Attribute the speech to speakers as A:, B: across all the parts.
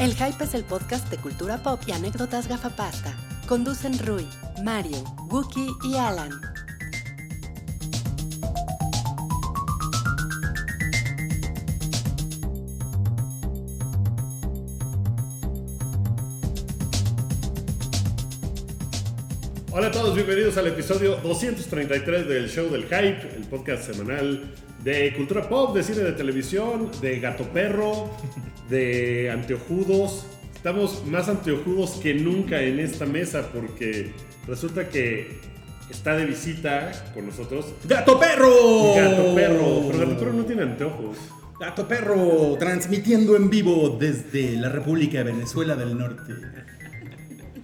A: El Hype es el podcast de cultura pop y anécdotas gafapasta. Conducen Rui, Mario, Wookie y Alan.
B: Hola a todos, bienvenidos al episodio 233 del Show del Hype, el podcast semanal de cultura pop, de cine de televisión, de gato perro, de anteojudos. Estamos más anteojudos que nunca en esta mesa porque resulta que está de visita con nosotros
C: ¡Gato Perro!
B: Gato Perro, pero Gato Perro no tiene anteojos.
C: Gato Perro, transmitiendo en vivo desde la República de Venezuela del Norte.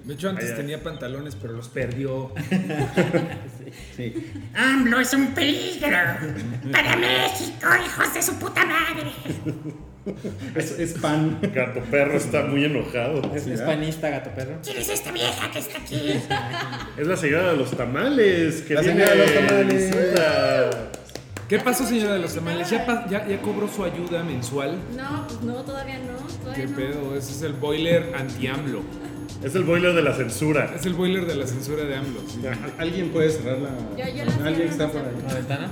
D: De hecho, antes
B: Ay, ay.
D: tenía pantalones, pero los perdió.
C: Sí.
E: AMLO es un peligro para México, hijos de su puta madre.
C: Es, es pan.
B: Gato Perro está muy enojado.
F: Es, es panista, gato perro.
E: ¿Quién es esta vieja que está aquí?
B: Es la señora de los tamales que
C: La
B: viene
C: señora de los
B: de
C: tamales.
B: visita.
D: ¿Qué pasó, señora de los tamales? ¿Ya, pa- ya, ya cobró su ayuda mensual?
G: No, pues no, todavía no. Todavía
D: ¿Qué
G: no.
D: pedo? Ese es el boiler anti-AMLO.
B: Es el boiler de la censura.
D: Es el boiler de la censura de AMLO. sí.
C: ¿Alguien puede cerrar la.?
G: Ya, ya la
C: Alguien
G: cierro,
C: está por
G: no sé.
C: ahí.
F: ¿La ventana?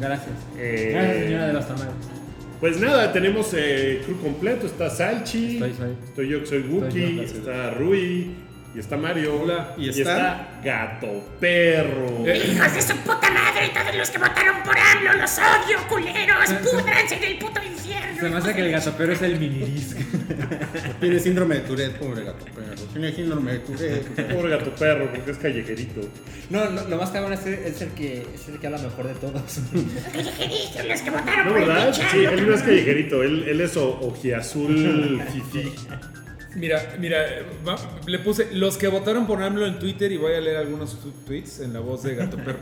F: Gracias.
B: Eh,
F: Gracias, señora de los tamales.
B: Pues nada, tenemos eh, crew completo, está Salchi,
F: Estoy, soy.
B: estoy yo que soy
F: Estoy yo,
B: Wookie,
F: gracias.
B: está Rui, y está Mario,
D: Hola.
B: y,
C: Y
B: está...
C: está-
B: Gato Perro.
D: Eh,
E: Hijos de su puta madre y todos los que votaron por AMLO, los odio, culeros, pudranse en el puto infierno.
F: Se me hace que el gato perro es el minidisc.
C: Tiene síndrome de Tourette, pobre gato perro. Tiene síndrome de Tourette.
B: Pobre Gato Perro, porque es callejerito.
F: No, no, lo más cabrón es, es el que es el que habla mejor de todos.
E: Callejeristas, los que
C: Ah,
B: ¿No,
E: votaron por el
C: pues,
B: verdad?
E: pinche
B: Sí,
E: AMLO.
B: él no es callejerito, él, él es o- ojiazul fifí.
D: Mira, mira, eh, va- le puse los que votaron por AMLO en Twitter y voy a leer algunos tu- tweets en la voz de Gato Perro.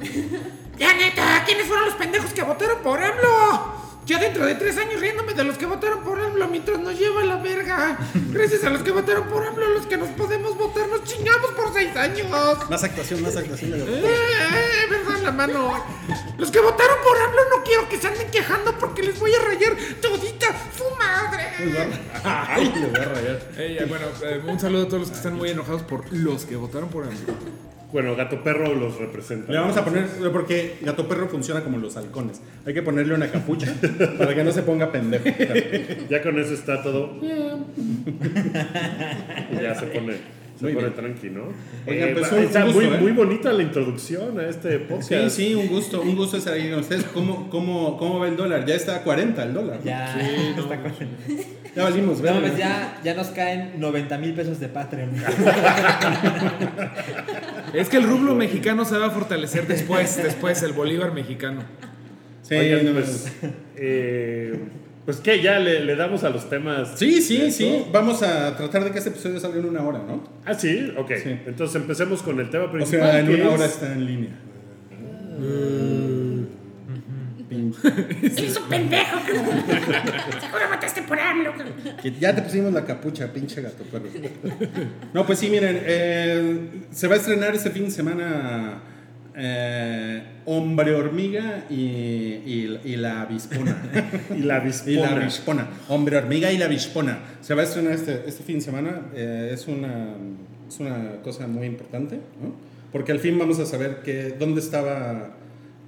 E: Ya neta, ¿quiénes fueron los pendejos que votaron por AMLO?
D: Ya dentro de tres años riéndome de los que votaron por AMLO mientras nos lleva la verga. Gracias a los que votaron por AMLO, los que nos podemos votar, nos chingamos por seis años.
C: Más actuación, más actuación de gato perro.
E: Ah,
D: Eh, verdad la mano. Los que votaron por AMLO no quiero que se anden quejando porque les voy a rayar todita su madre.
G: ¿Eh?
C: Ay, le voy a rayar.
D: bueno, eh, un saludo a todos los que están muy enojados por los que votaron por AMLO.
B: Bueno, Gato Perro los representa.
C: Le vamos a poner, porque gato perro funciona como los halcones. Hay que ponerle una capucha para que no se ponga pendejo.
B: Ya con eso está todo. y ya se pone, se pone
C: Muy bien.
B: tranqui, ¿no?
C: Oigan,
B: Eh,
C: pues,
B: va-
C: un
B: está
C: gusto,
B: muy,
C: ¿eh?
B: muy bonita la introducción a este podcast.
C: Sí, sí, un gusto, un gusto estar ahí con ustedes. ¿Cómo, cómo, cómo va el dólar? Ya está a 40 el dólar.
F: Ya, está con-
C: Ya valimos,
F: No,
C: verga.
F: pues ya, ya nos caen 90 mil pesos de Patreon.
D: Es que el rublo mexicano se va a fortalecer después, después el bolívar mexicano.
C: Sí,
B: Oigan,
C: no,
B: pues, eh, pues que ya le, le damos a los temas.
C: sí, sí,
B: ¿Eso?
C: sí. Vamos a tratar de que este episodio salga en una hora, ¿no?
B: Ah, sí, ok.
C: Sí.
B: Entonces empecemos con el tema
C: O
B: principal.
C: sea, en
B: que
C: una
B: es-
C: hora está en línea.
F: Mm.
E: Es un pendejo. Seguro votaste por AMLO.
C: Que ya te pusimos la capucha, pinche gato perro. No, pues sí, miren, eh, se va a estrenar este fin de semana eh, Hombre Hormiga y, y- y la Avispona.
B: Y la avispona.
C: Y la avispona. Hombre hormiga y la avispona. Se va a estrenar este, este fin de semana. eh, es, una, es una cosa muy importante, ¿no? Porque al fin vamos a saber que, dónde estaba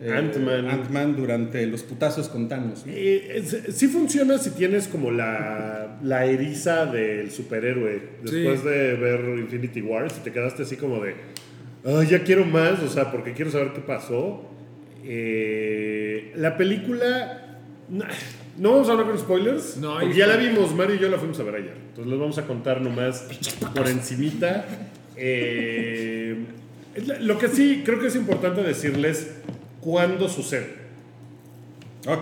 C: eh,
B: Ant-Man.
C: Ant-Man durante los putazos con Thanos. ¿no?
B: Eh, es- sí funciona si tienes como la, la eriza del superhéroe. Después
D: Sí.
B: de ver Infinity War, si te quedaste así como de, "Ah, ya quiero más, o sea, porque quiero saber qué pasó. Eh, la película... No, no vamos a hablar con spoilers.
D: No,
B: porque
D: ahí
B: ya la
D: está.
B: vimos, Mario y yo la fuimos a ver ayer. Entonces les vamos a contar nomás por encimita. Eh, lo que sí creo que es importante decirles cuándo sucede.
C: Ok,
B: O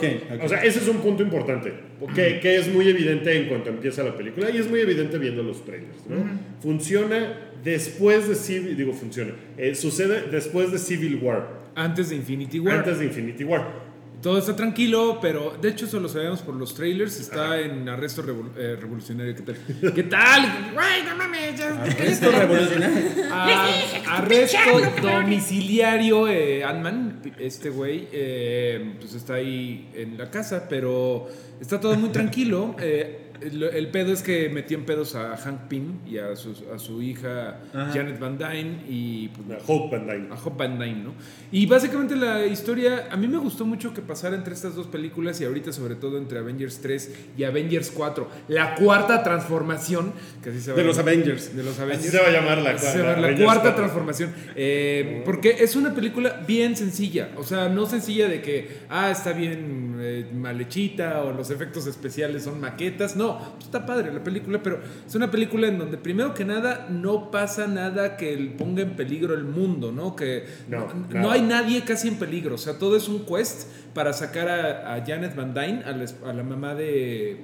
C: ok.
B: sea, ese es un punto importante, que, que es muy evidente en cuanto empieza la película y es muy evidente viendo los trailers, ¿no? Funciona después de Civil, digo funciona, eh, sucede después de Civil War,
D: Antes de Infinity War.
B: antes de Infinity War.
D: Todo está tranquilo, pero de hecho eso lo sabemos por los trailers. Está en arresto revol- eh, revolucionario. ¿Qué tal? ¿Qué tal? Güey, no mames. ya-
C: Esto revolucionario.
D: Ah, arresto domiciliario, eh, Ant-Man, este güey, eh, pues está ahí en la casa, pero está todo muy tranquilo. Eh, el, el pedo es que metió en pedos a Hank Pym y a su, a su hija
C: Ajá.
D: Janet Van Dyne y pues,
B: Hope Van Dyne.
D: a Hope Van Dyne, ¿no? Y básicamente la historia, a mí me gustó mucho que pasara entre estas dos películas y ahorita sobre todo entre Avengers 3 y Avengers 4, la cuarta transformación, que así se va
C: De
D: a-
C: los Avengers.
D: De los
B: Así
D: Avengers.
B: se va a llamar la,
D: Así se va a llamar la
B: Avengers
D: cuarta
B: cuatro.
D: transformación. Eh, porque es una película bien sencilla. O sea, no sencilla de que, ah, está bien eh, mal hechita o los efectos especiales son maquetas. No, pues, está padre la película, pero es una película en donde primero que nada no pasa nada que el- ponga en peligro el mundo, ¿no? Que
B: No,
D: no,
B: nada.
D: no hay nadie casi en peligro. O sea, todo es un quest para sacar a, a Janet Van Dyne, a la es- a la mamá de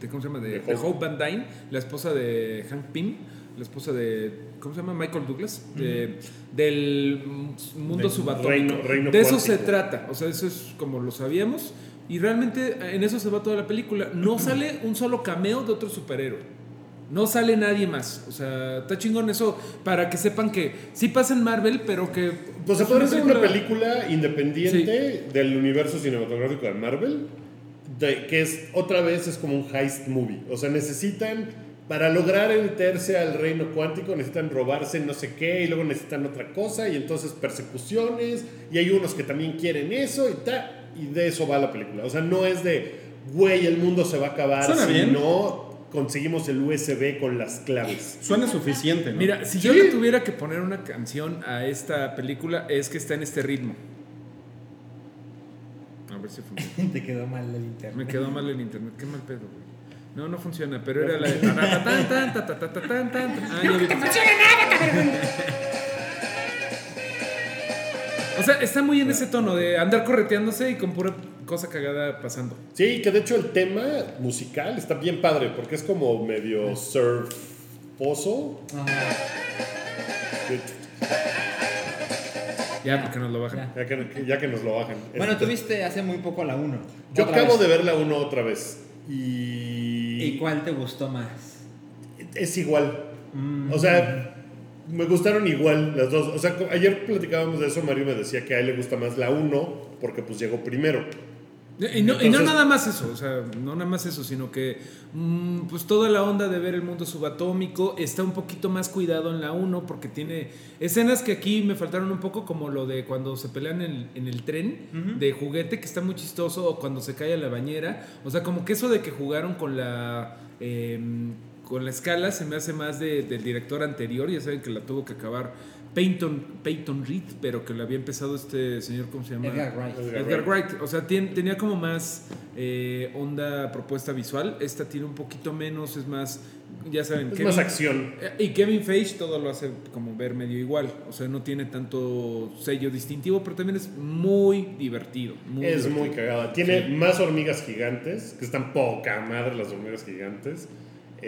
D: de- ¿cómo se llama? De,
B: De
D: de
B: Hope.
D: Hope Van Dyne, la esposa de Hank Pym, la esposa de, ¿cómo se llama? Michael Douglas, de- del mundo
B: Del
D: subatómico.
B: reino- reino
D: de eso
B: cuántico.
D: se trata, o sea, eso es como lo sabíamos, y realmente en eso se va toda la película. No sale un solo cameo de otro superhéroe. No sale nadie más. O sea, está chingón eso para que sepan que sí pasa en Marvel, pero que.
B: Pues se
D: es
B: podría hacer una película independiente del universo cinematográfico de Marvel, de- que es otra vez es como un heist movie. O sea, necesitan para lograr meterse al reino cuántico necesitan robarse no sé qué y luego necesitan otra cosa y entonces persecuciones y hay unos que también quieren eso y ta, y de eso va la película. O sea, no es de güey, el mundo se va a acabar
C: Suena
B: si
C: bien.
B: no conseguimos el USB con las claves.
C: Suena suficiente, ¿no?
D: Mira, si yo le tuviera que poner una canción a esta película, es que está en este ritmo. A ver si funciona.
F: Te quedó mal el internet.
D: Me quedó mal el internet. Qué mal pedo, güey. No, no funciona, pero era la de. tatatán, tan, tatatán, tan, tan. Ah, ya vi.
E: No funciona nada, cabrón.
D: O sea, está muy en ese tono de andar correteándose y con pura cosa cagada pasando.
B: Sí, que de hecho el tema musical está bien padre porque es como medio surf pozo.
F: Ah,
D: Ya, porque nos lo bajan.
B: Ya que, ya que nos lo bajan.
F: Bueno,
B: Este,
F: tú viste hace muy poco la 1.
B: Yo acabo de ver la 1 otra vez y,
F: ¿Y cuál te gustó más?
B: es igual.
F: Mm.
B: O sea, me gustaron igual las dos. O sea, co- ayer platicábamos de eso, Mario me decía que a él le gusta más la 1 porque pues llegó primero.
D: Y no, y no
B: Entonces-
D: nada más eso, o sea, no nada más eso, sino que mm, pues toda la onda de ver el mundo subatómico está un poquito más cuidado en la 1 porque tiene escenas que aquí me faltaron un poco como lo de cuando se pelean en, en el tren de juguete que está muy chistoso o cuando se cae a la bañera, o sea, como que eso de que jugaron con la... em, con la escala se me hace más de- del director anterior, ya saben que la tuvo que acabar Peyton, Peyton Reed, pero que la había empezado este señor, ¿cómo se llama?
F: Edgar Wright.
B: Edgar
D: Edgar Wright, o sea, tien- tenía como más eh, onda propuesta visual. Esta tiene un poquito menos, es más, ya saben,
B: Es
D: Kevin-
B: más acción.
D: eh, Y Kevin Feige todo lo hace como ver medio igual, o sea, no tiene tanto sello distintivo, pero también es muy divertido. Muy
B: es
D: divertido.
B: muy cagada. Tiene más hormigas gigantes, que están poca madre las hormigas gigantes.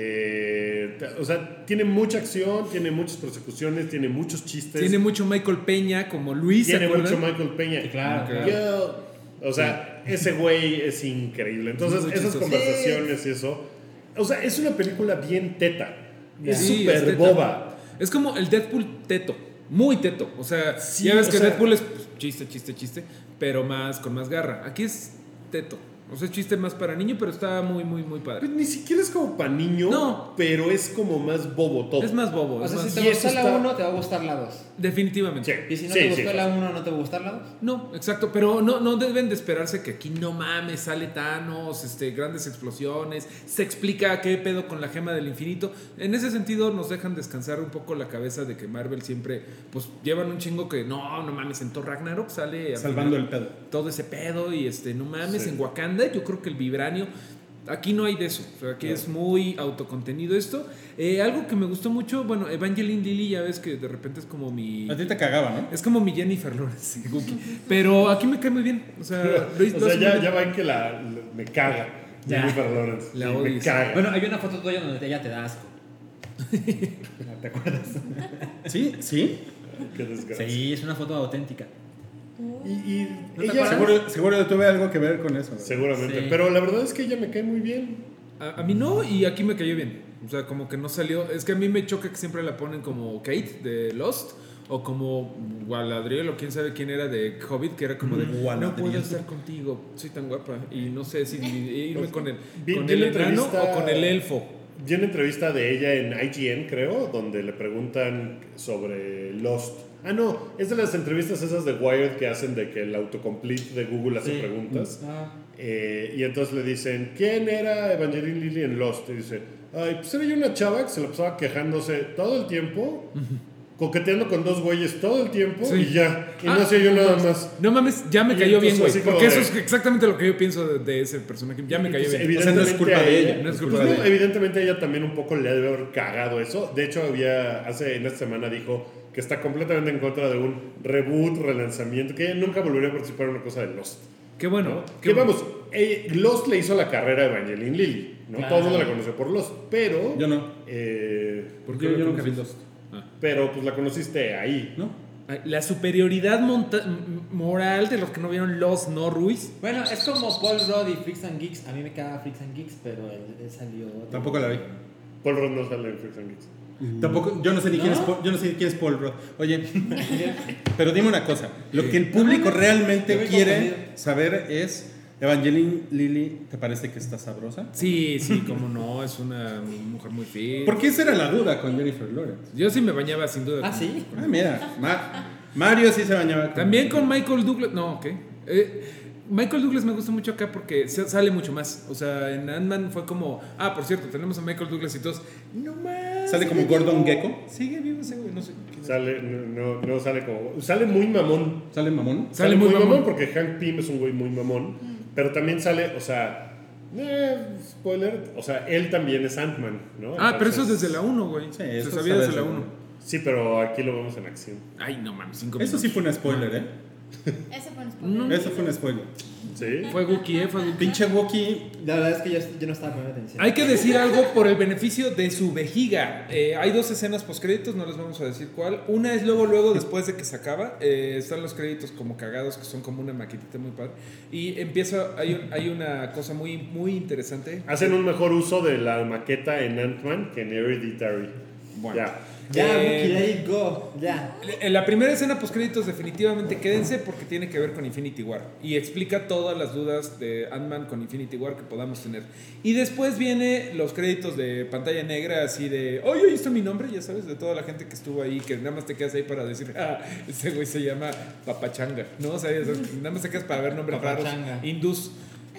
B: Eh, t- o sea, tiene mucha acción, tiene muchas persecuciones, tiene muchos chistes.
D: Tiene mucho Michael Peña como Luis, ¿se
B: tiene mucho
D: acuerdan?
B: Michael Peña.
F: Claro, claro.
B: Yo- o sea, ese güey es increíble. Entonces,
D: Muy
B: esas
D: chistoso.
B: conversaciones y eso. O sea, es una película bien teta. Es
D: Sí,
B: súper
D: teta.
B: boba.
D: Es como el Deadpool teto, muy teto. O sea,
B: Sí,
D: ya ves
B: o
D: que
B: sea-
D: Deadpool es pues, chiste, chiste, chiste, pero más con más garra. Aquí es teto. O sea, es chiste más para niño, pero está muy, muy, muy
B: Pues
D: padre.
B: ni siquiera es como para niño,
D: No.
B: pero es como más bobo todo.
D: Es más bobo.
F: O
D: es
F: sea, si
D: más-
F: te
B: Y eso
F: gustó la
B: está-
F: 1, te va a gustar la 2.
B: Sí,
D: Definitivamente.
F: Y si no
B: sí,
F: te
B: sí.
F: gustó la 1, ¿no te va a gustar la 2?
D: No, exacto, pero no, no deben de esperarse que aquí no mames, sale Thanos, este, grandes explosiones, se explica qué pedo con la gema del infinito. En ese sentido nos dejan descansar un poco la cabeza de que Marvel siempre, pues llevan un chingo que no, no mames, en Thor Ragnarok sale... al
C: Salvando el
D: final
C: pedo.
D: todo ese pedo y este, no mames, en Wakanda yo creo que el vibranio, aquí no hay de eso, o sea, aquí es muy autocontenido esto. Eh, algo que me gustó mucho, bueno, Evangeline Lilly ya ves que de repente es como mi...
C: A ti te cagaba, ¿no?
D: Es como mi Jennifer Lawrence, Guki. Pero aquí me cae muy bien. O sea, lo hizo-
B: o sea,
D: lo
B: ya,
D: hace
B: ya
D: muy
B: ven que la, la- me caga.
F: Ya.
B: Jennifer Lawrence.
D: La
B: Sí, me
D: odies.
B: caga.
F: Bueno, hay una foto tuya donde ella te da asco. ¿Te acuerdas?
C: Sí, sí.
B: Qué desgracia.
F: Sí, es una foto auténtica.
B: Y, y
D: te
B: ella,
D: acuerdas?
C: Seguro, seguro tuve algo que ver con eso. ¿no?
B: seguramente.
F: Sí.
B: Pero la verdad es que ella me cae muy bien.
D: bien. A, a mí no, y aquí me cayó bien. O sea, como que no salió. Es que a mí me choca que siempre la ponen como Kate de Lost. O como Gualadriel o quién sabe quién era de Hobbit, que era como
B: Mm.
D: de no puedo estar contigo, soy tan guapa. Y no sé si irme con el,
B: Pues, Vi-
D: con
B: vi
D: el
B: la
D: enano
B: entrevista-
D: o con el elfo.
B: Vi una entrevista de ella en IGN, creo, donde le preguntan sobre Lost. Ah, no, es de las entrevistas esas de Wired que hacen de que el autocomplete de Google hace
F: Ah,
B: preguntas. Eh, y entonces le dicen, ¿quién era Evangeline Lilly en Lost? Y dice, ay, pues era yo una chava que se la pasaba quejándose todo el tiempo, coqueteando con dos güeyes todo el tiempo
D: Sí.
B: y ya. Y
D: Ah,
B: no hacía yo nada más.
D: No mames, ya me
B: Y
D: cayó bien,
B: entonces
D: güey.
B: así como
D: Porque eso
B: de-
D: es exactamente lo que yo pienso de, de ese personaje. Ya me cayó
B: Entonces,
D: bien.
C: O sea, no es
B: evidentemente
C: culpa
B: a
C: de ella. No es
B: Pues
C: culpa de
B: no,
C: ella.
B: evidentemente ella también un poco le ha de haber cagado eso. De hecho, había hace en esta semana dijo que está completamente en contra de un reboot, relanzamiento, que ella nunca volvería a participar en una cosa de Lost.
D: Qué bueno.
B: Que
D: qué bueno.
B: vamos, eh, Lost le hizo la carrera a Evangeline Lilly, ¿no?
F: Claro.
B: Todo el mundo la conoció por Lost, pero...
C: Yo no.
B: eh,
D: ¿Por qué
C: Yo,
D: lo
C: yo nunca vi
D: conoces?
C: Lost.
B: pero pues la conociste ahí.
C: ¿No?
D: Ay, La superioridad monta- m- moral de los que no vieron Los No Ruiz.
F: Bueno, es como Paul Rudd y Freaks and Geeks. A mí me caga Freaks and Geeks, pero él, él salió.
C: Tampoco la vi.
B: Paul Rudd no sale en Freaks and Geeks.
C: Tampoco, yo no sé ni quién es Paul, yo no sé ni quién es Paul Rudd. Oye, pero dime una cosa, lo que el
D: Ah,
C: público
F: Te
C: realmente
F: voy
C: quiere
F: confundido.
C: saber es Evangeline Lilly, ¿te parece que está sabrosa?
D: Sí, sí, como no, es una mujer muy fit.
C: Porque esa era la duda con Jennifer Lawrence.
D: Yo sí me bañaba sin duda.
F: Ah, sí.
C: Ah, mira, Ma- Mario sí se bañaba. con-
D: También con Michael Douglas. No, ¿qué? Eh, Michael Douglas me gusta mucho acá porque se- sale mucho más. O sea, en Ant-Man fue como, ah, por cierto, tenemos a Michael Douglas y todos. No más.
C: Sale como Gordon Gecko,
D: Sigue vivo ese güey, no sé. quién es.
B: Sale, no, no- no sale como... Sale muy mamón.
C: sale mamón.
D: Sale muy mamón.
B: porque Hank Pym es un güey muy mamón, pero también sale, o sea, eh, spoiler, o sea, él también es Ant-Man, ¿no?
D: Ah, pero eso es
B: Entonces,
D: desde la 1, güey. se
C: eso
D: sabía
C: sabe
D: desde la
C: desde-
D: 1.
B: Sí, pero aquí lo vemos en acción.
D: Ay, no mames, Ah, 5
C: Eso sí fue un spoiler, ¿eh?
G: Ese fue un
D: No,
G: spoiler.
C: Eso fue un spoiler.
B: Sí.
D: Fue Wookie, ¿eh? Fue Wookie.
C: Pinche Wookie.
F: La verdad es que yo, yo no estaba poniendo atención.
D: Hay que decir algo por el beneficio de su vejiga. Eh, hay dos escenas postcréditos, no les vamos a decir cuál. Una es luego, luego, después de que se acaba. eh, están los créditos como cagados, que son como una maquetita muy padre. Y empieza, hay, un- hay una cosa muy, muy interesante.
B: Hacen un mejor uso de la maqueta en Ant-Man que en Hereditary.
D: Bueno.
B: Ya.
F: Ya,
D: Eh,
F: Wookie, let it go. Ya.
D: En Eh, la primera escena post créditos definitivamente quédense porque tiene que ver con Infinity War y explica todas las dudas de Ant-Man con Infinity War que podamos tener. Y después viene los créditos de pantalla negra así de, oye, ahí está mi nombre, ya sabes, de toda la gente que estuvo ahí, que nada más te quedas ahí para decir, ah, ese güey se llama Papachanga, ¿no? O sea, ya sabes, nada más te quedas para ver nombres raros,
F: Papachanga.
D: hindús.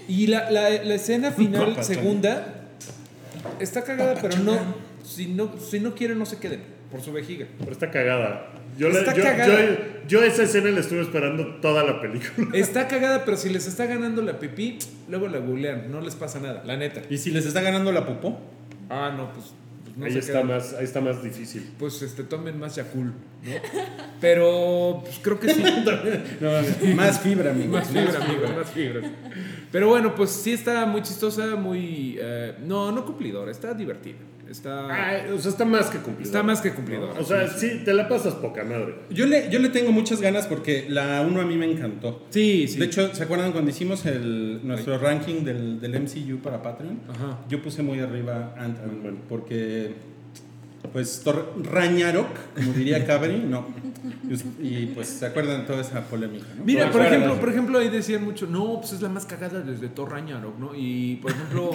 D: Y la, la- la escena final, segunda, está cagada, pero no, si no, si no quieren, no se queden por su vejiga.
B: Pero está cagada. Yo, la-
D: Está
B: yo,
D: cagada.
B: yo- yo esa escena la estuve esperando toda la película.
D: Está cagada, pero si les está ganando la pipí, luego la googlean, no les pasa nada, la neta.
C: ¿Y si les está ganando la popó?
D: Ah, no, pues, pues no
B: ahí,
D: se
B: está
D: quedan.
B: más, ahí está más difícil.
D: Pues este, tomen más Yakul, ¿no? Pero pues, creo que sí.
C: No, mames, más fibra, amigo.
D: más fibra, amigo, más fibra. Pero bueno, pues sí está muy chistosa, muy. eh, no, no cumplidora, está divertida. Está,
B: Ah, o sea, está más que cumplidora.
D: está más que cumplidora.
B: O sea, sí, te la pasas poca madre.
C: Yo le, yo le tengo muchas ganas porque la 1 a mí me encantó.
D: sí, sí.
C: De hecho, ¿se acuerdan cuando hicimos el, nuestro ranking del, del MCU para Patreon?
D: Ajá.
C: Yo puse muy arriba
B: Ant-Man.
C: Ant-Man porque, pues, Thor Ragnarok, como diría Cabri, no. Y us- Y pues, ¿se acuerdan de toda esa polémica? no?
D: Mira,
C: Toda
D: por
C: esa-
D: ejemplo, por ejemplo, ahí decían mucho, no, pues es la más cagada desde Thor Ragnarok, ¿no? Y por ejemplo,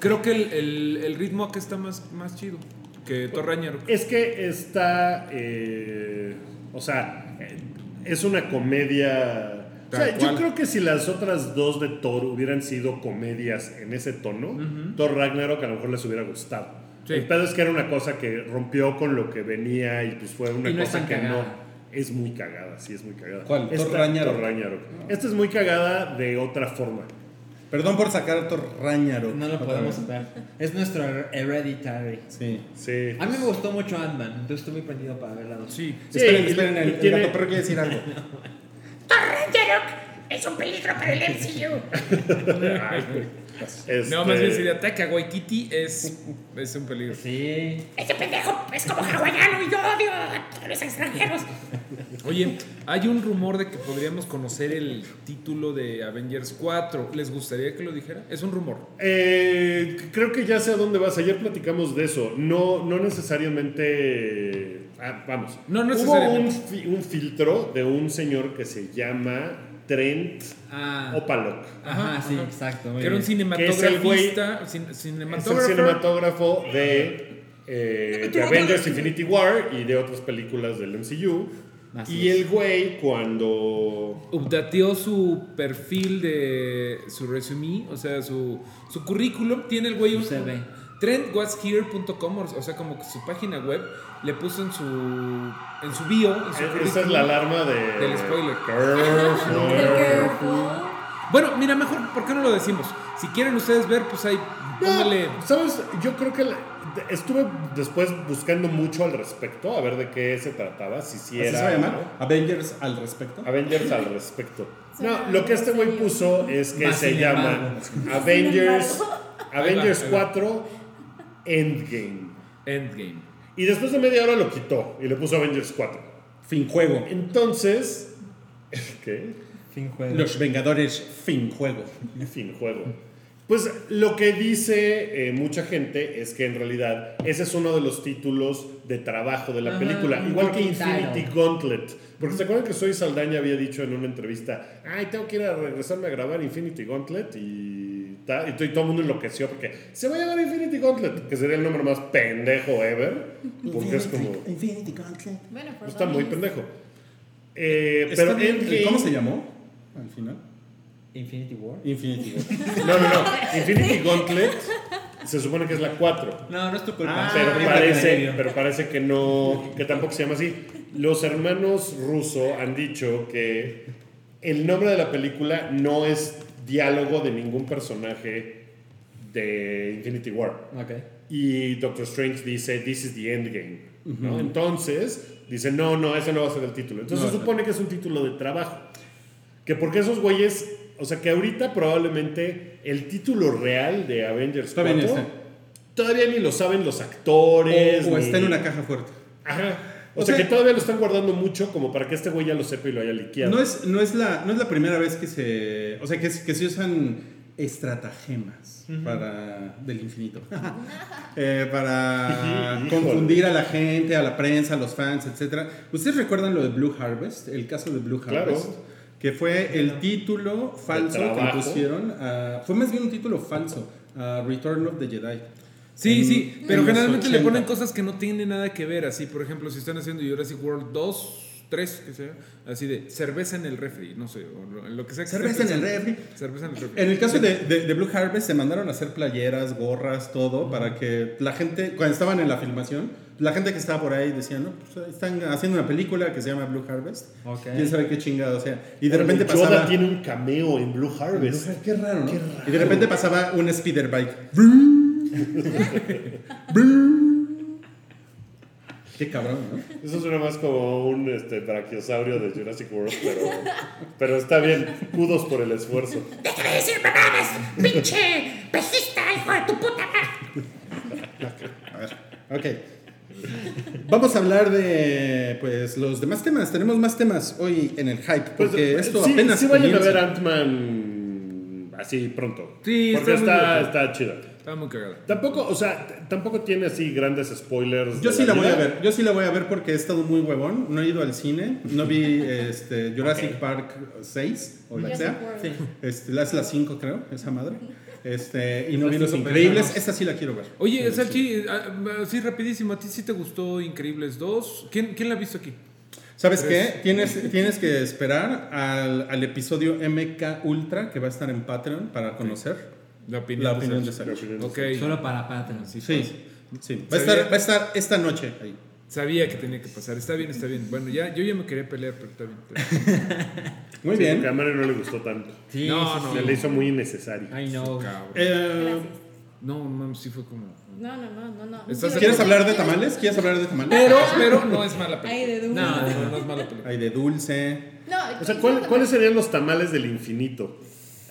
D: creo que el, el- el ritmo acá está más, más chido que Thor Ragnarok.
B: Es que está. eh, o sea, eh, es una comedia. O sea,
D: Tal
B: yo
D: cual.
B: creo que si las otras dos de Thor hubieran sido comedias en ese tono, Thor Ragnarok a lo mejor les hubiera gustado.
D: Sí.
B: El pedo es que era una cosa que rompió con lo que venía y pues fue una
F: Y no es
B: cosa
F: tan
B: que
F: cagada.
B: no. Es muy cagada, sí, es muy cagada.
C: ¿Cuál? ¿Thor
B: Esta-
C: Ragnarok?
B: Thor Ragnarok. Esta es muy cagada de otra forma.
C: Perdón por sacar a Thor Ragnarok.
F: No lo
C: otra
F: podemos
C: vez.
F: superar. Es nuestro hereditary.
C: Sí.
B: Sí.
C: Ah,
F: A mí me gustó mucho Ant-Man, entonces estoy muy prendido para ver la dos.
D: Sí.
B: Sí,
C: esperen,
B: y-
C: esperen, el,
B: y
C: el
B: tiene-
C: gato perro quiere decir algo.
E: Thor Ragnarok es un peligro para el MCU.
B: Este,
D: No, más bien si de ataque a Waikiki es, es un peligro.
F: Sí.
E: Este pendejo es como hawaiano y yo odio a todos los extranjeros.
D: Oye, hay un rumor de que podríamos conocer el título de Avengers 4. ¿Les gustaría que lo dijera? Es un rumor.
B: Eh, creo que ya sé a dónde vas. Ayer platicamos de eso. No, no necesariamente Ah, vamos.
D: No, no
B: Hubo un,
D: necesariamente.
B: fi- un filtro de un señor que se llama Trent
F: Ah.
B: Opalock.
F: Ajá, sí, exacto. muy
D: Que era un
F: bien.
D: cinematografista. cin-
B: Es el
D: cinematógrafo.
B: cinematógrafo de, eh, de Avengers Infinity War y de otras películas del MCU.
F: Así
B: y
F: es.
B: el güey cuando...
D: Updateó su perfil de su resume, o sea, su, su currículum. Tiene el güey
F: Su
D: un.
F: CV.
D: Trendwashere.com, o sea, como que su página web le puso en su en su bio. En
B: Esa
D: su
B: es
D: currículum.
B: la alarma de...
D: Del spoiler.
B: Curse.
D: Bueno, mira, mejor, ¿por qué no lo decimos? Si quieren ustedes ver, pues ahí, póngale.
B: No, ¿Sabes? Yo creo que la- de- estuve después buscando mucho al respecto, a ver de qué se trataba, si sí
C: ¿Así
B: era...
C: se va a llamar?
B: ¿no?
C: Avengers al respecto.
B: Avengers al respecto.
G: Suena
B: No, lo que este güey
G: serio.
B: puso es que
F: Más
B: se
F: sin
B: llama
F: embargo.
B: Avengers,
G: Sin embargo.
B: Avengers
D: ahí va.
B: 4 Endgame.
D: Endgame.
B: Y después de media hora lo quitó y le puso Avengers 4.
C: Fin juego.
B: Entonces, ¿qué?
F: Fin juego.
C: Los Vengadores, fin juego.
B: Fin juego. Pues lo que dice eh, mucha gente es que en realidad ese es uno de los títulos de trabajo de la
F: Ajá,
B: película,
F: lo
B: igual que
F: quitaron.
B: Infinity Gauntlet. Porque se acuerdan que Soy Saldaña había dicho en una entrevista, ay, tengo que ir a regresarme a grabar Infinity Gauntlet y, ta- y to- y todo el mundo enloqueció porque se va a llamar Infinity Gauntlet, que sería el nombre más pendejo ever, porque es como,
C: Infinity Gauntlet.
G: Bueno, por
B: está
G: Bad
B: muy
G: Bunny.
B: pendejo. Eh,
C: Está
B: pero
C: bien,
B: Endgame-
C: ¿Cómo se llamó? Al final.
F: Infinity War.
C: Infinity Gauntlet.
B: No, no, no. Infinity Gauntlet se supone que es la 4.
F: No, no es tu culpa.
C: Ah,
B: pero,
C: primero
B: parece, pero parece que no, que tampoco se llama así. Los hermanos Russo han dicho que el nombre de la película no es diálogo de ningún personaje de Infinity War.
F: Ok.
B: Y Doctor Strange dice, this is the endgame. ¿no? Entonces, dice, no, no, ese no va a ser el título. Entonces
C: No,
B: se supone que es un título de trabajo. Que porque esos güeyes, o sea, que ahorita probablemente el título real de Avengers
C: Todavía ni
B: 4
C: está.
B: todavía ni lo saben los actores.
C: O, o
B: ni-
C: está en una caja fuerte.
B: Ajá. O,
C: O
B: sea,
C: sea-
B: que todavía lo están guardando mucho como para que este güey ya lo sepa y lo haya liqueado.
C: No es, no es, la, no es la primera vez que se. O sea, que, es- que se usan estratagemas para, del infinito. Eh, para
B: Híjole.
C: confundir a la gente, a la prensa, a los fans, etc. ¿Ustedes recuerdan lo de Blue Harvest? El caso de Blue
B: Claro.
C: Harvest. Que fue el título falso que le
B: trabajo.
C: pusieron. a- fue más bien un título falso. a Return of the Jedi.
D: Sí,
C: En-
D: sí,
C: en
D: pero
C: los
D: generalmente le
C: 80.
D: ponen cosas que no tienen nada que ver, así, por ejemplo, si están haciendo Jurassic World 2, 3, que sea, así de cerveza en el refri, no sé, o lo, lo que sea. que esté
C: Cerveza en el
D: pensando.
C: refri.
D: Cerveza en el refri.
C: En el caso de, de- de Blue Harvest se mandaron a hacer playeras, gorras, todo, para que la gente, cuando estaban en la filmación, la gente que estaba por ahí decía, no, pues ahí están haciendo una película que se llama Blue Harvest.
F: Ok.
C: ¿Quién sabe qué chingado? O sea, y de repente
B: Yoda
C: pasaba...
B: tiene un cameo en Blue
C: Blue
B: Harvest.
C: Har- qué raro, ¿no? Y de repente pasaba un speeder bike. qué cabrón, ¿no?
B: Eso suena más como un este, brachiosaurio de Jurassic World, pero, pero está bien. Kudos por el esfuerzo.
E: Deja de decir mamadas, pinche pejista, hijo de tu puta madre.
C: A ver, ok. Vamos a hablar de pues los demás temas. Tenemos más temas hoy en el hype
B: Pues,
C: porque esto
B: sí,
C: apenas
B: sí vayan a
C: comienza.
B: ver Ant-Man así pronto.
D: Sí,
B: porque
D: está muy
B: está,
D: divertido.
B: está chida.
D: Estaba muy cagada.
B: Tampoco, o sea, t- tampoco tiene así grandes spoilers.
C: Yo
B: de
C: sí la voy
B: vida.
C: a ver, yo sí la voy a ver porque he estado muy huevón, no he ido al cine, no vi este, Jurassic Park 6 o la que
G: Jurassic
C: sea,
G: World. Sí.
C: este, la es la 5 creo, esa madre, este, y no vi
F: Los
C: Los
F: Cinco
C: Increíbles,
F: Peregrinos.
C: esta sí la quiero ver.
D: Oye, Salchi, ah, así rapidísimo, ¿a ti sí te gustó Increíbles 2? ¿Quién, quién la ha visto aquí?
C: ¿Sabes qué? Tienes, tienes que esperar al, al episodio MK Ultra que va a estar en Patreon para conocer
D: La opinión,
C: la opinión de
D: Salchi.
C: Sergio.
D: Ok,
F: Solo para Patreon. Sí.
C: Sí, sí, va a, estar, va a estar esta noche ahí.
D: sabía que tenía que pasar, está bien, está bien. Bueno, ya, yo ya me quería pelear, pero está bien. está bien.
C: Muy
B: Sí, porque
C: bien.
B: a Mario no le gustó tanto.
F: Sí,
D: No,
F: sí,
D: no.
B: Se le hizo muy innecesario.
F: I know.
D: Cabrón.
C: Eh,
G: Gracias.
D: No, mames, sí fue como...
G: No, no, no, no, no.
D: ¿Estás-
G: Digo,
C: ¿Quieres
G: ¿qué-
C: hablar de
G: qué-
C: tamales? ¿Quieres hablar de tamales?
D: Pero, pero no es mala película.
G: Ay, de dulce.
D: No, no, no es mala película.
C: Hay de dulce.
G: No,
B: O sea,
G: yo-
B: ¿cuál- ¿cuáles serían los tamales del infinito?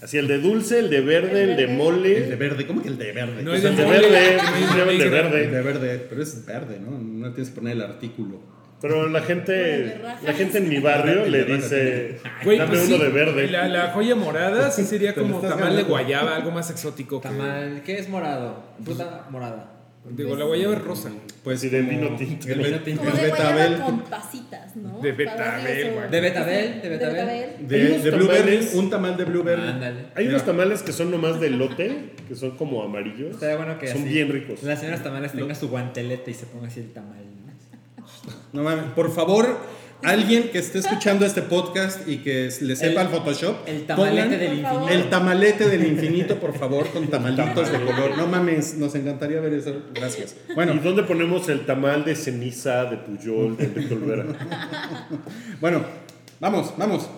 B: Así, el de dulce, el de verde, el de mole.
C: El de verde, ¿cómo que el de verde?
D: No
B: O
D: hay
B: sea, el de
D: mole,
B: verde,
D: no hay
B: se llama el de
D: negra.
C: El
B: verde.
C: de verde, pero es verde, ¿no? No tienes que poner el artículo.
B: Pero la gente, la gente en mi barrio
C: El
B: le
C: de verde
B: dice,
D: Güey,
B: dame
D: pues
B: uno
D: sí,
B: de
D: y La,
B: verde.
D: la joya morada sí sería
C: Te lo
D: como
C: estás
D: tamal de
C: ganando.
D: guayaba, algo más exótico. que-
F: Tamal. ¿Qué es morado? Fruta morada.
D: Digo, la guayaba es rosa.
C: Pues
B: Y de
C: como
B: vino tinto.
C: El,
D: Vino
C: bet-
D: tinto.
G: Como
C: el
G: de
C: betabel.
G: guayaba con pasitas, ¿no?
D: De
G: Para darle
D: betabel,
G: su-
D: güey.
F: ¿De Betabel? ¿De
G: ¿De
F: Betabel?
G: betabel?
B: Hay
C: De,
B: unos
C: de blueberry,
B: tamales.
C: un tamal de blueberry.
F: Ándale.
B: Hay unos
C: Mira.
B: tamales que son nomás de lote, que son como amarillos.
F: Estaría bueno que
B: son
F: así
B: bien ricos.
F: Las señoras tamales tenga su guantelete y se ponga así el tamal. ¿no?
C: No mames, por favor, alguien que esté escuchando este podcast y que le sepa el,
F: El-
C: Photoshop,
F: El tamalete
C: pongan
F: del
G: por favor.
F: infinito.
C: el tamalete del infinito, por favor, con tamalitos de color. No mames, nos encantaría ver eso. Gracias.
B: ¿Y
C: Bueno,
B: dónde ponemos el tamal de ceniza de Puyol, de Enrique Olvera?
C: bueno, vamos, vamos.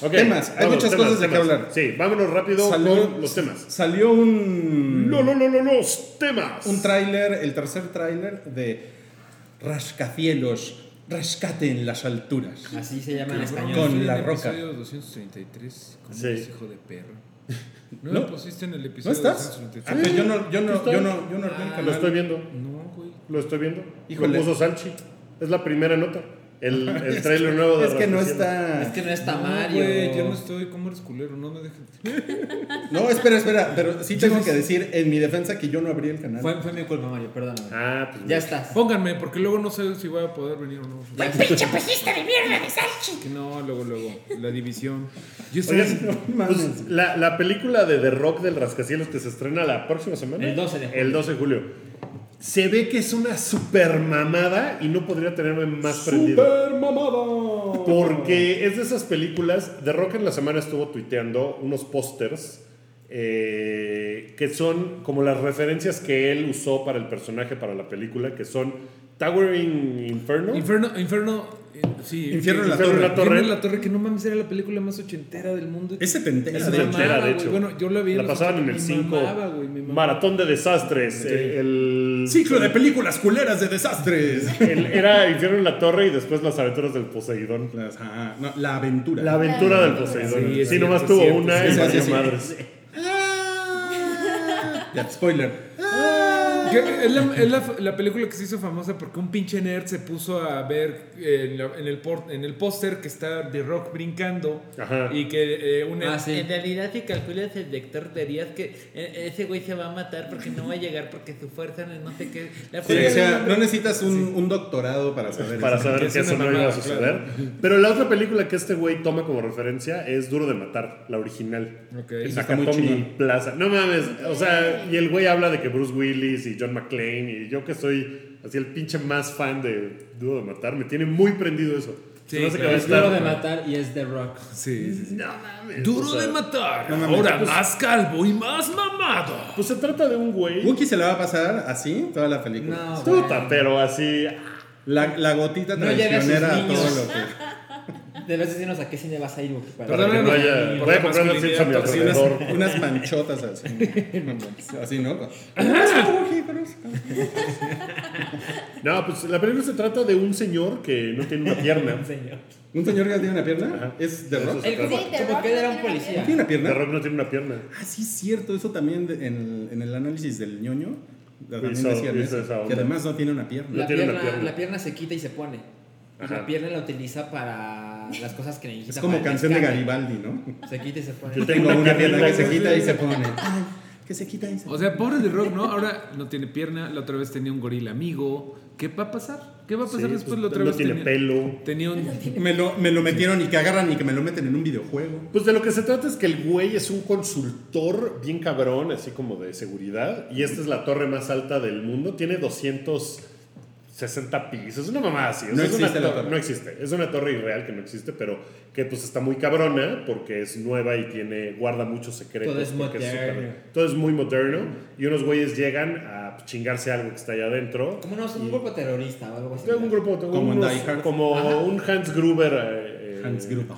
B: Ok,
C: Temas, hay
B: vamos,
C: muchas
B: temas,
C: cosas de qué
B: temas.
C: hablar.
B: Sí, vámonos rápido
C: Salió-
B: con los temas.
C: Salió un
B: No, no, no, no, los temas.
C: Mm. un tráiler, el tercer tráiler de Rascacielos, rescate en las alturas.
B: Ah,
F: Así se llama en español.
C: Con
D: Estoy en
C: la
D: el
C: roca.
D: episodio 233 con
B: Sí.
D: ese hijo de perro. No,
C: No.
D: lo pusiste en el
C: ¿No
D: episodio
C: estás?
D: 233.
C: Ah, pues yo no, yo no, yo no, yo no abrí el
B: Lo
C: canal.
B: estoy viendo,
D: No, güey.
B: lo estoy viendo.
C: Híjole.
B: Lo puso Salchi. Es la primera nota. El, el trailer nuevo de
C: Es que no
B: Rascacielos.
F: Es
C: está.
F: que no está
D: No,
F: Mario.
D: güey, yo no estoy. ¿Cómo eres culero? No me dejes.
C: No, espera, espera, pero sí tengo que decir en mi defensa que yo no abrí el canal.
F: fue, fue mi culpa, Mario, perdóname.
B: Ah, pues
F: ya
B: mira.
F: estás.
D: Pónganme, porque luego no sé si voy a poder venir o no.
E: ¡Ay, pinche pusiste de mierda de Salchi!
D: Que no, luego, luego. La división. Yo sé.
B: Oigan,
C: mames.
B: pues, la, la película de The Rock del Rascacielos que se estrena la próxima semana.
F: El 12 de julio.
B: El 12 de julio. Se ve que es una super mamada y no podría tenerme más prendido.
C: ¡Super mamada!
B: Porque es de esas películas. The Rock en la semana estuvo tuiteando unos pósters eh, que son como las referencias que él usó para el personaje, para la película, que son Towering Inferno.
D: Inferno, Inferno. eh, Sí.
C: Infierno en
B: Infierno en la
C: la torre.
D: Infierno en
B: torre.
D: la torre, que no mames, era la película más ochentera del mundo.
C: Es setentera,
D: Es
C: de
D: una
C: hecho.
D: mamada,
B: Ochentera, de
D: güey.
B: hecho.
D: Bueno, yo la vi.
B: La
D: los
B: pasaban en el
D: ochentas, me
B: 5.
D: mamaba, güey, me mamaba.
B: Maratón de desastres. eh, El,
C: Ciclo de películas culeras de desastres.
B: El- era Infierno en la Torre y después las aventuras del Poseidón.
C: Las- ah, no, la aventura.
B: La aventura del
D: Sí,
B: Poseidón. Sí,
D: es cierto,
B: nomás
D: es
B: tuvo
D: cierto,
B: una
C: sí,
B: y
C: sí,
B: valió
C: sí.
B: madres.
C: Ya, spoiler.
D: Que es la, es la- la película que se hizo famosa porque un pinche nerd se puso a ver eh, en, la- en el por- en el póster que está The Rock brincando
B: Ajá.
D: y que eh, un
F: Ah, sí.
H: En realidad, si calculas el vector, verías que eh, ese güey se va a matar porque no va a llegar porque su fuerza no es no sé qué. La
C: Sí,
H: fuerza
C: o sea, no necesitas un, un doctorado para saber
B: Para
C: eso.
B: saber
D: es
B: que eso
D: una
B: no iba a
D: mamada,
B: suceder. Pero la otra película que este güey toma como referencia es Duro de Matar, la original.
D: Ok.
B: De
C: Esa está muy
B: Nakatomi
C: chingona.
B: Plaza. No mames. O sea, y el güey habla de que Bruce Willis y John McClane y yo que soy así el pinche más fan de Duro de Matar, me tiene muy prendido eso.
D: Sí,
B: Se me hace que
D: claro.
B: va a estar-
F: Es duro de matar y es The Rock.
D: Sí, sí, sí.
B: No mames,
D: Duro
B: o sea,
D: de matar.
C: no mames,
D: Ahora
C: pues-
D: más calvo y más mamado.
B: Pues se trata de un güey.
C: Wookiee se la va a pasar así toda la película.
F: No, güey.
B: Puta, pero así.
C: La, la gotita
F: No llega a sus
C: traicionera a
F: niños.
C: todo lo que.
F: De veces dinos a qué cine vas a ir, Wookie, para-
B: Para que no haya.
D: Por
B: Voy
D: la
B: a comprar los Simpsons a mi
D: masculinidad
C: así unas,
B: alrededor.
C: unas manchotas así. así, ¿no? Wookiee, pero es-
B: No, pues la película se trata de un señor que no tiene una pierna.
F: Señor.
C: ¿Un señor que tiene una pierna?
B: Ajá.
C: ¿Es de
B: Eso
C: rock?
B: sí.
F: El-
B: trata.
F: como-
G: Sí, The
F: como
G: Rock
F: que era un
G: también era
F: policía.
C: ¿Tiene una pierna?
B: The Rock no tiene una pierna.
C: Ah, sí, es cierto. Eso también de- en, el, en el análisis del ñoño. También
B: Hizo-
C: decían
B: hizo
C: eso,
B: esa onda.
C: que además no tiene una pierna.
F: La
B: tiene una
F: pierna,
B: pierna.
F: la pierna se quita y se pone. Y
B: Ajá.
F: la pierna la utiliza para las cosas que necesita.
C: es como
F: para el
C: canción de
F: rescate.
C: Garibaldi, ¿no?
F: Se quita y se
B: Yo
F: pone.
C: Tengo una pierna que se
B: que-
C: quita y se pone. Ay, que se quita y se
D: O sea, pobre de Rock, ¿no? Ahora no tiene pierna, la otra vez tenía un gorila amigo. ¿Qué va a pasar? ¿Qué va a pasar
B: Sí,
D: después?
B: pues,
D: la otra
B: no
D: vez
B: tiene
D: tenía-
B: pelo.
D: Tenía un
C: Me lo, me lo metieron y que agarran y que me lo meten en un videojuego.
B: Pues de lo que se trata es que el güey es un consultor bien cabrón, así como de seguridad. Y esta es la torre más alta del mundo. Tiene 260 pisos. Es una mamá así. o sea,
C: No
B: es una
C: existe la
B: to-
C: torre.
B: No existe. Es una torre irreal que no existe, pero que pues está muy cabrona porque es nueva y tiene guarda muchos secretos.
F: Todo es
B: porque
F: moderno.
B: súper- todo es muy moderno. Y unos güeyes llegan a chingarse algo que está allá adentro.
F: Como no, es un grupo terrorista o algo así.
B: Tengo un grupo, tengo
C: Como en
B: unos-
C: Die Hard.
B: como un Hans Gruber. eh, eh,
C: Hans Gruber.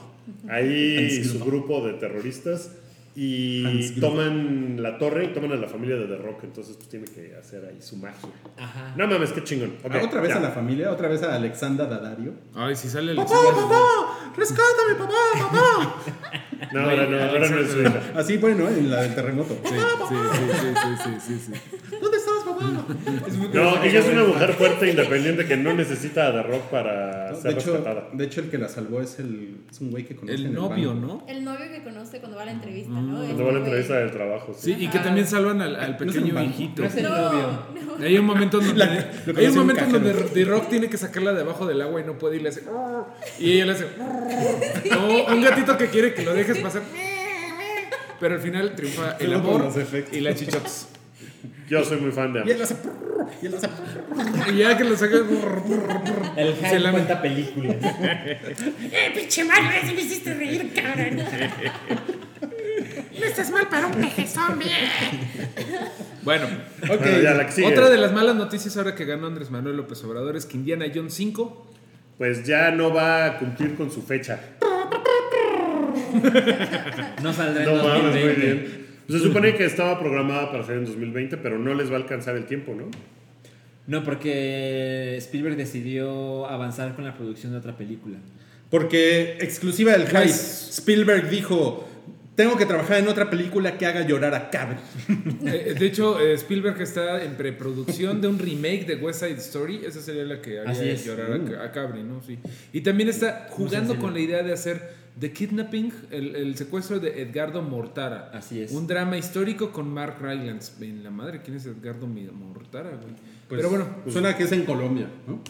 B: Ahí
C: Hans Gruber.
B: su grupo de terroristas.
C: Hans
B: Y
C: Gruber.
B: toman la torre y toman a la familia de The Rock. Entonces, pues tiene que hacer ahí su magia.
F: Ajá.
B: No mames, qué chingón. Ok,
C: Ah, otra vez
B: ya.
C: a la familia, otra vez a Alexandra Dadario.
D: Ay, si sale el
C: ¡Rescátame, papá, papá!
B: No, ahora no, ahora no es su hija.
C: Así, bueno, en la del terremoto.
D: Sí, sí, sí, sí, sí, sí, sí.
C: ¿Dónde estás, papá?
D: Es muy
B: No,
D: interesante.
B: ella es una mujer fuerte e independiente que no necesita a The Rock para
C: No, de,
B: ser
C: hecho,
B: respetada.
C: de hecho, el que la salvó es el es un güey que conoce. en
D: El novio,
C: baño.
D: ¿no?
G: El novio que conoce cuando va a la entrevista,
D: Mm.
G: ¿no?
B: Cuando va a la entrevista del trabajo, sí.
D: Sí, y que también salvan al, al
C: No es el
D: pequeño
C: banco.
D: hijito.
F: No es el novio.
G: No, no.
D: Hay un momento en donde,
C: La- lo que le
D: hay
C: hace
D: un
C: un
D: momento en donde
C: cajero.
D: The Rock tiene que sacarla debajo del agua y no puede y le hace. "Arr", Y ella le hace. "Arr". O un gatito que quiere que lo dejes pasar. Pero al final triunfa el
C: Solo por
D: amor
C: los efectos.
D: y la chichotes.
B: Yo soy muy fan de
C: Y él
B: Amber.
C: hace. Y él hace.
D: Y ya que lo sacas.
F: El
D: Se
F: hype
D: la-
F: cuenta películas.
E: ¡Eh, pinche Mario! ese me hiciste reír, cabrón. No estás mal para un pejezón, bien.
D: Bueno,
C: Ok.
B: Bueno, ya la que sigue.
D: otra de las malas noticias ahora que ganó Andrés Manuel López Obrador es que Indiana Jones 5
B: Pues ya no va a cumplir con su fecha.
H: No saldrá en
B: No mames, muy
H: 2020.
B: bien. Se supone que estaba programada para ser en 2020, pero no les va a alcanzar el tiempo, ¿no?
H: No, porque Spielberg decidió avanzar con la producción de otra película.
C: Porque exclusiva del hype,
D: Pues-
C: Spielberg dijo: Tengo que trabajar en otra película que haga llorar a Cabri.
D: Eh, de hecho, eh, Spielberg está en preproducción de un remake de West Side Story. Esa sería la que haría
H: Así es. Uh.
D: llorar a Ca- a, Cabri, ¿no? Sí. Y también está jugando con la idea de hacer The Kidnapping, el, el secuestro de Edgardo Mortara.
H: Así es.
D: Un drama histórico con Mark Rylance. En la madre, ¿quién es Edgardo Mi- Mortara, güey?
C: Pues,
D: Pero bueno,
C: Suena que es en Colombia, ¿no?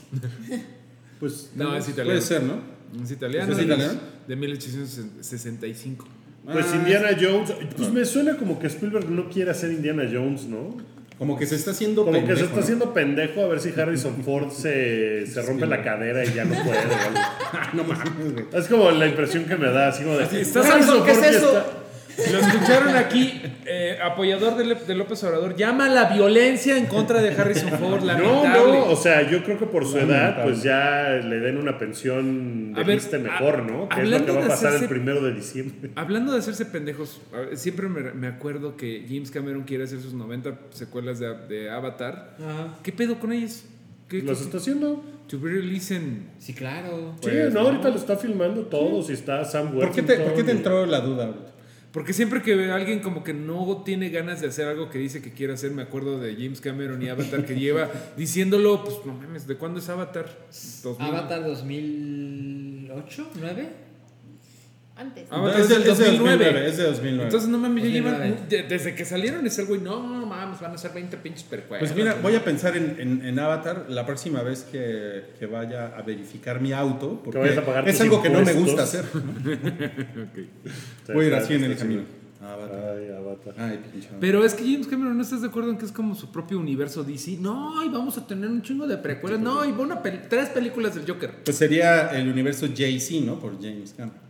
C: Pues.
D: No, es italiano.
C: Puede ser, ¿no?
D: es italiano.
C: ¿Es
D: de los-
C: italiano?
D: De 1865.
B: Pues
C: Ah,
B: Indiana Jones. Pues me suena como que Spielberg no quiere hacer Indiana Jones, ¿no?
C: Como que se está haciendo.
B: Como que se
C: pendejo,
B: está
C: ¿no?
B: haciendo pendejo a ver si Harrison Ford se, se rompe la cadera y ya no puede. o algo.
C: Ah, No mames, güey.
B: Es como la impresión que me da, así como de.
D: ¿Estás
B: Harrison
D: algo? ¿Qué es
B: Ford ya
D: eso?
B: está-
D: Lo escucharon aquí, eh, apoyador de, Lep- de López Obrador, llama a la violencia en contra de Harrison Ford.
B: No,
D: Lamentable.
B: no, o sea, yo creo que por su edad, pues ya le den una pensión
D: A
B: de
D: ver,
B: viste
D: a-
B: mejor, ¿no? Que es lo
D: hablando
B: que va a
D: de
B: pasar el
D: hacerse-
B: primero de diciembre.
D: Hablando de hacerse pendejos, a ver, siempre me, me acuerdo que James Cameron quiere hacer sus 90 secuelas de, de Avatar.
F: Ajá.
D: ¿Qué pedo con ellos? ¿Qué,
B: ¿Los está haciendo?
D: To be released in-
F: Sí, claro.
B: sí, no, ahorita lo está filmando todo. Si está Sam
C: Pues, ¿Por qué, te,
B: Worthington
C: ¿Por qué te
B: y-
C: entró la duda, güey?
D: Porque siempre que alguien como que no tiene ganas de hacer algo que dice que quiere hacer, me acuerdo de James Cameron y Avatar que lleva diciéndolo, pues no mames, ¿de cuándo es Avatar? 2000.
F: Avatar 2008, 9.
G: Antes.
D: Ah, bueno,
C: No,
D: es del 2009.
C: Es de 2009.
D: Entonces no mames, yo llevan
F: 2009.
D: de- desde que salieron es el güey, no mames, van a ser 20 pinches percueros.
C: Pues mira, voy a pensar en, en- en Avatar la próxima vez que, que vaya a verificar mi auto, porque
B: vayas a pagar
C: es
B: tus
C: algo que no me
B: impuestos.
C: gusta hacer.
B: Sí, Ah,
C: Voy a ir
B: está-
C: así en el
B: está
C: camino.
B: haciendo-
C: Avatar.
B: Ay, Avatar.
C: Ay, pinche. madre.
D: Pero es que James Cameron, ¿no estás de acuerdo en que es como su propio universo DC? No, y vamos a tener un chingo de precuelas. No, y va una pel- tres películas del Joker.
C: Pues sería el universo Jay-Z, ¿no? Por James Cameron.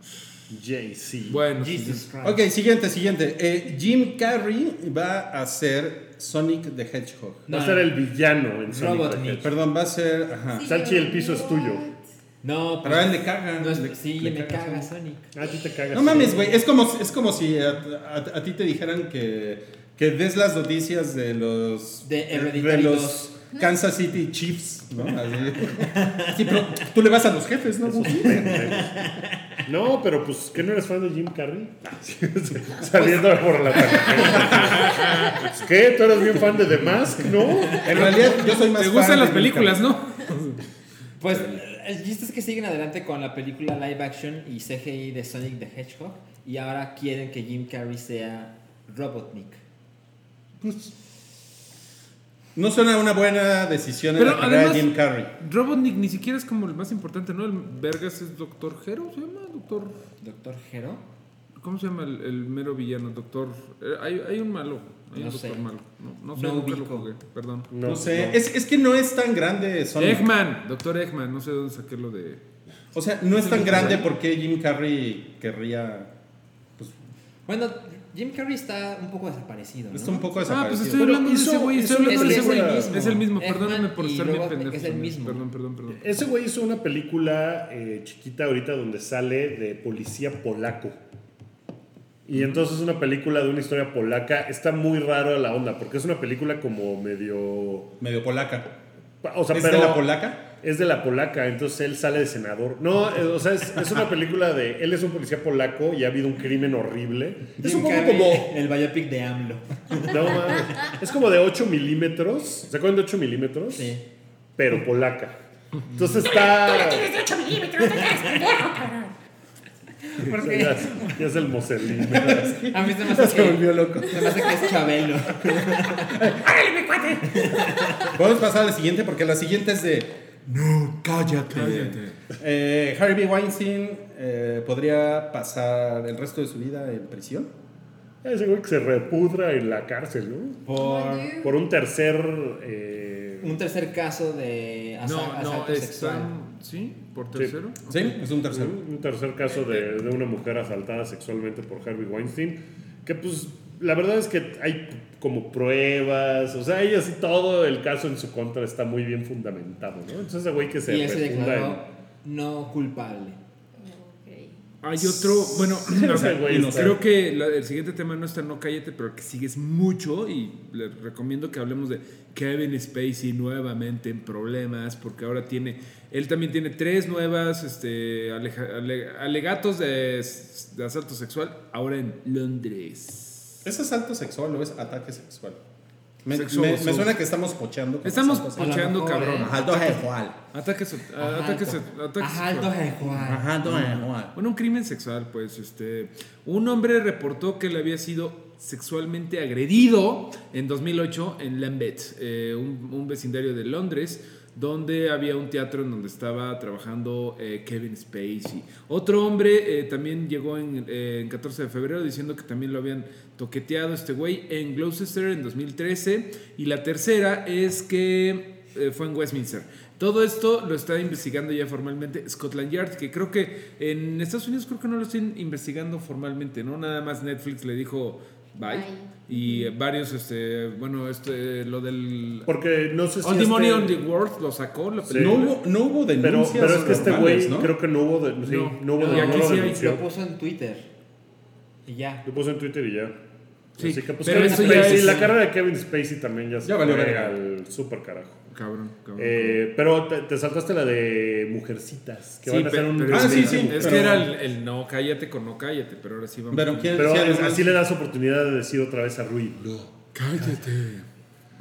B: Jay-Z.
D: Bueno, sí.
B: Ah.
C: Ok, siguiente, siguiente. Eh, Jim Carrey va a ser Sonic the Hedgehog.
B: Va a
F: No.
B: ser el villano en Sonic the
F: Robotnik.
B: Hedgehog.
C: Perdón, va a ser. Ajá.
G: Sí,
B: Salchi,
G: yo-
B: el piso es tuyo.
F: No, pues,
C: Pero a él le caga.
F: no es-
C: le-
F: sí,
C: le
F: me
C: caga
F: caga
C: Sonic.
F: Sonic.
B: Ah, a ti te cagas.
C: No mames, güey. Es como, es como si a, a- a ti te dijeran que, que des las noticias de los.
F: De Hereditary
C: los Kansas City Chiefs, ¿no? Así. Sí, pero tú le vas a los jefes, ¿no?
B: No, pero pues, ¿que no eres fan de Jim Carrey?
C: Ah,
B: Saliendo
C: Pues,
B: por la tangente. Pues, ¿Qué? ¿Tú eres bien fan de The Mask? ¿No?
C: En realidad, yo soy más.
D: Te gustan
C: fan
D: las
C: de
D: películas,
C: Jim
D: ¿no?
F: Pues el chiste es que siguen adelante con la película live action y CGI de Sonic the Hedgehog y ahora quieren que Jim Carrey sea Robotnik.
C: Carrey. No suena una buena decisión en
D: Pero
C: la carrera
D: además-
C: de Jim Carrey.
D: Robotnik ni siquiera es como el más importante, ¿no? El Vergas es Doctor Hero, ¿se llama? Doctor...
F: Doctor Hero.
D: ¿Cómo se llama el, el mero villano? Doctor... eh, hay, hay un malo. Hay
F: No
D: un doctor
F: sé.
D: malo. No, no sé,
F: No
D: nunca lo
F: ubico.
D: jugué, Perdón.
C: No, sé. Es, es que no es tan grande Sonic.
D: Eggman, Doctor Eggman, no sé dónde saqué lo de...
C: O sea, no es tan grande porque Jim Carrey querría.
F: Bueno, Jim Carrey está un poco desaparecido. ¿no?
C: Está un poco
D: Ah, pues
C: desaparecido.
D: estoy hablando de
B: hizo-
D: ese güey,
B: hizo
D: estoy hablando
F: una
D: de ese güey.
F: película-
D: Es el mismo,
F: Eggman
D: perdóname por
F: y
D: estar bien
F: Robotnik
D: pendejo.
F: es el
D: también.
F: mismo.
D: Perdón, perdón, perdón.
B: Ese güey hizo una película eh, chiquita ahorita donde sale de policía polaco. Y entonces es una película de una historia polaca. Está muy raro la onda, porque es una película como medio
C: Medio polaca.
B: O sea,
C: ¿Es
B: pero
C: de la polaca?
B: es de la polaca, entonces él sale de senador. No, eh, o sea, es, es una película de. Él es un policía polaco y ha habido un crimen horrible. Es un
F: Jim
B: poco
F: Carrey,
B: como.
F: El biopic de AMLO.
B: No, mames. es como de 8 milímetros. ¿Se acuerdan de 8 milímetros?
F: Sí.
B: Pero polaca. Entonces
E: Tú la
B: está.
E: tienes de 8 milímetros, no te hagas pendejo, cabrón.
B: Ya, es- ya es el Moselín.
F: A mí se me hace
C: Se
F: que,
C: volvió loco.
F: se me hace que es Chabelo.
E: Órale, mi cuate.
C: Podemos pasar a la siguiente porque la siguiente es de. No, cállate.
D: Cállate.
C: Eh, Harvey Weinstein eh, podría pasar el resto de su vida en prisión.
B: Ese güey que se repudra en la cárcel, ¿no?
F: Por
B: Por un tercer. eh,
F: un tercer caso de asa-
D: No, no,
F: asalto sexual.
D: están. ¿Sí? ¿Por tercero?
C: Sí, es un tercero.
B: Un tercer caso de, de una mujer asaltada sexualmente por Harvey Weinstein, que pues la verdad es que hay como pruebas, o sea, y así todo el caso en su contra está muy bien fundamentado, ¿no? Entonces ese güey que se
F: Y él se
B: refunda
F: declaró no culpable.
D: Hay otro, bueno, o sea,
B: güey
D: y no,
B: está-
D: creo que la- el siguiente tema no está No Cállate, pero que sigues mucho y les recomiendo que hablemos de Kevin Spacey nuevamente en problemas, porque ahora tiene, él también tiene tres nuevas este, aleja- ale- alegatos de, s- de asalto sexual, ahora en Londres.
C: ¿Es asalto sexual o es ataque sexual? Me,
D: Sexual,
C: me- me
D: sexual.
C: suena que estamos pochando. con
D: Estamos
C: asalto sexual.
D: pocheando
F: mejor, ¿eh?
D: cabrón.
C: Asalto sexual.
D: Ataques,
F: Ajá,
D: ataques,
F: alto-
D: ataques
F: ajá, alto sexual.
C: Asalto sexual.
D: Bueno, un crimen sexual, pues, este, un hombre reportó que le había sido sexualmente agredido en 2008 en Lambeth, eh, un, un vecindario de Londres, donde había un teatro en donde estaba trabajando eh, Kevin Spacey. Otro hombre eh, también llegó en, eh, en 14 de febrero diciendo que también lo habían toqueteado este güey en Gloucester en 2013. Y la tercera es que eh, fue en Westminster. Todo esto lo está investigando ya formalmente Scotland Yard, que creo que en Estados Unidos creo que no lo están investigando formalmente, ¿no? Nada más Netflix le dijo bye.
G: Bye.
D: Y eh, varios, este, bueno, este, lo del...
B: Porque no sé si...
D: On the Money
B: este-
D: on the World lo sacó, la
B: Sí.
C: No
D: película.
C: hubo, no hubo
B: pero,
C: denuncias.
B: pero es que este
C: formales,
B: güey
C: ¿no?
B: creo que no hubo... De, sí,
D: No.
B: no hubo
D: Y
B: de-
D: aquí
B: no lo
D: sí hay-
B: denunció.
F: Lo puso en Twitter. Y ya.
B: Lo puso en Twitter y ya.
D: Sí,
B: Así que, pues,
D: pero
B: Kevin
D: eso ya
B: Spacey,
D: es-
B: la carrera de Kevin Spacey también ya se
C: Ya valió
B: fue
C: verga. Ah,
B: al super carajo.
D: Cabrón, cabrón.
B: Eh, pero te, te saltaste la de Mujercitas, que
D: Sí,
B: van a
D: pe-
B: hacer un...
D: pero
C: Ah,
D: es
C: sí,
D: que-
C: sí,
D: Es
C: pero-
D: que era el, el no cállate con no cállate, pero ahora sí vamos.
C: Pero, ¿quién-
B: Pero
C: si
B: eh,
C: además-
B: así le das oportunidad de decir otra vez a Rui.
D: Cállate.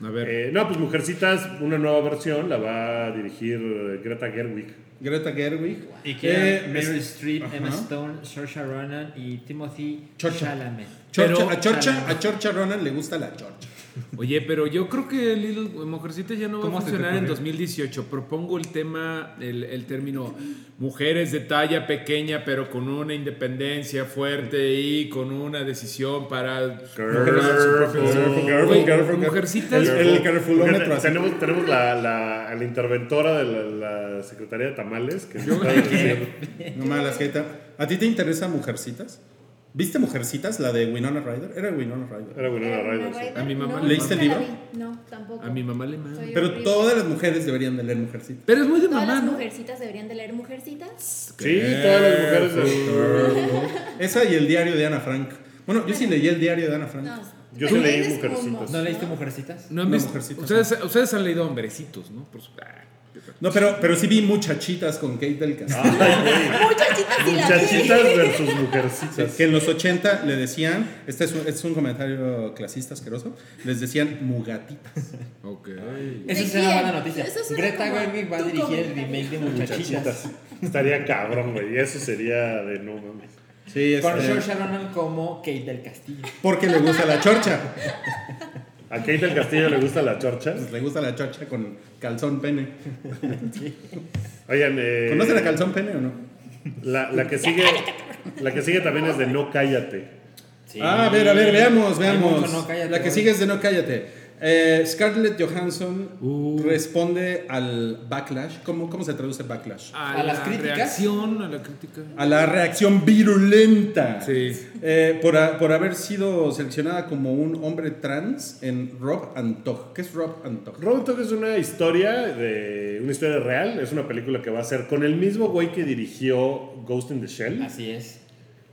D: A ver.
B: Eh, no, pues Mujercitas, una nueva versión, la va a dirigir eh, Greta Gerwig.
C: Greta Gerwig.
F: Y
C: Eh,
F: que eran
C: es-
F: Meryl Streep, Emma
C: Ajá.
F: Stone, Saoirse Ronan y Timothy
C: Chorcha.
F: Chalamet.
C: Chorcha-
D: Pero-
C: a, Chorcha, a Chorcha Ronan le gusta la Chorcha.
D: Oye, pero yo creo que Little Mujercita ya no va
F: ¿Cómo
D: a
F: se te
D: funcionar en
F: ocurre?
D: 2018. Propongo el tema, el, el término mujeres de talla pequeña, pero con una independencia fuerte y con una decisión para. lograr su propio desarrollo. Güey, Mujercitas.
B: El, el
C: carefulómetro
B: Mujer-
C: así.
B: Tenemos, tenemos la, la, a la interventora de la, la Secretaría de Tamales, que nos está diciendo-
C: No malas, Gaita. ¿A ti te interesa Mujercitas? ¿Viste Mujercitas, la de Winona Ryder? Era Winona Ryder.
B: Era Winona Ryder, sí.
D: A mi mamá
G: no,
D: le-
C: ¿Leíste el
G: nunca la
C: libro?
G: vi. No, tampoco.
D: A mi mamá le manda.
G: Soy
C: Pero
G: horrible.
C: todas las mujeres deberían de leer Mujercitas.
D: Pero es muy de
G: Todas
D: mamá,
G: las
D: ¿no?
G: mujercitas deberían de leer mujercitas.
B: Sí, todas las mujeres.
C: Esa y el diario de Ana Frank. Bueno, yo sí leí el diario de Ana Frank.
G: No,
B: Yo
G: pero
B: sí leí
G: lees como-
B: Mujercitas.
F: ¿No leíste Mujercitas?
D: No han
C: No,
D: visto-
C: Mujercitas,
D: ustedes, ustedes han leído hombrecitos, ¿no? Por su- ah,
C: No, pero, pero sí vi muchachitas con Kate del Castillo.
G: Muchachitas y las
B: Muchachitas versus Mujercitas.
C: Que en los 80 le decían, este es un, este es un comentario clasista asqueroso, les decían mugatitas.
D: Ok.
F: Esa
G: ¿De
F: es una
G: quién?
F: buena noticia.
G: Eso suena
F: Greta
G: como
F: Gerwig va a
G: tu
F: dirigir el
G: comentario.
F: remake de Muchachitas.
B: Muchachitas. Este Estaría cabrón, güey. Eso sería de no mames.
C: Sí, este,
F: Con Saoirse Ronan como Kate del Castillo.
C: porque le gusta la chorcha.
B: A Kate del Castillo le gusta la chorcha.
C: Pues le gusta la chorcha con calzón pene.
B: Oigan, eh,
C: ¿Conocen a calzón pene o no?
B: La, la que sigue, la que sigue también es de No Cállate.
C: Ah, a ver, a ver, veamos,
F: Hay
C: veamos.
F: mucho no cállate,
C: la que
F: güey.
C: sigue es de No Cállate. Eh, Scarlett Johansson responde al backlash. ¿Cómo, ¿Cómo se traduce backlash?
D: A,
F: ¿A
D: la
F: las críticas?
D: reacción, a la crítica.
C: A la reacción virulenta.
D: Sí.
C: Eh, por, a- por haber sido seleccionada como un hombre trans en Rob and Tog. ¿Qué es Rob and Tog?
B: Robin Hood es una historia de una historia real, es una película que va a ser con el mismo güey que dirigió Ghost in the Shell,
F: Así es.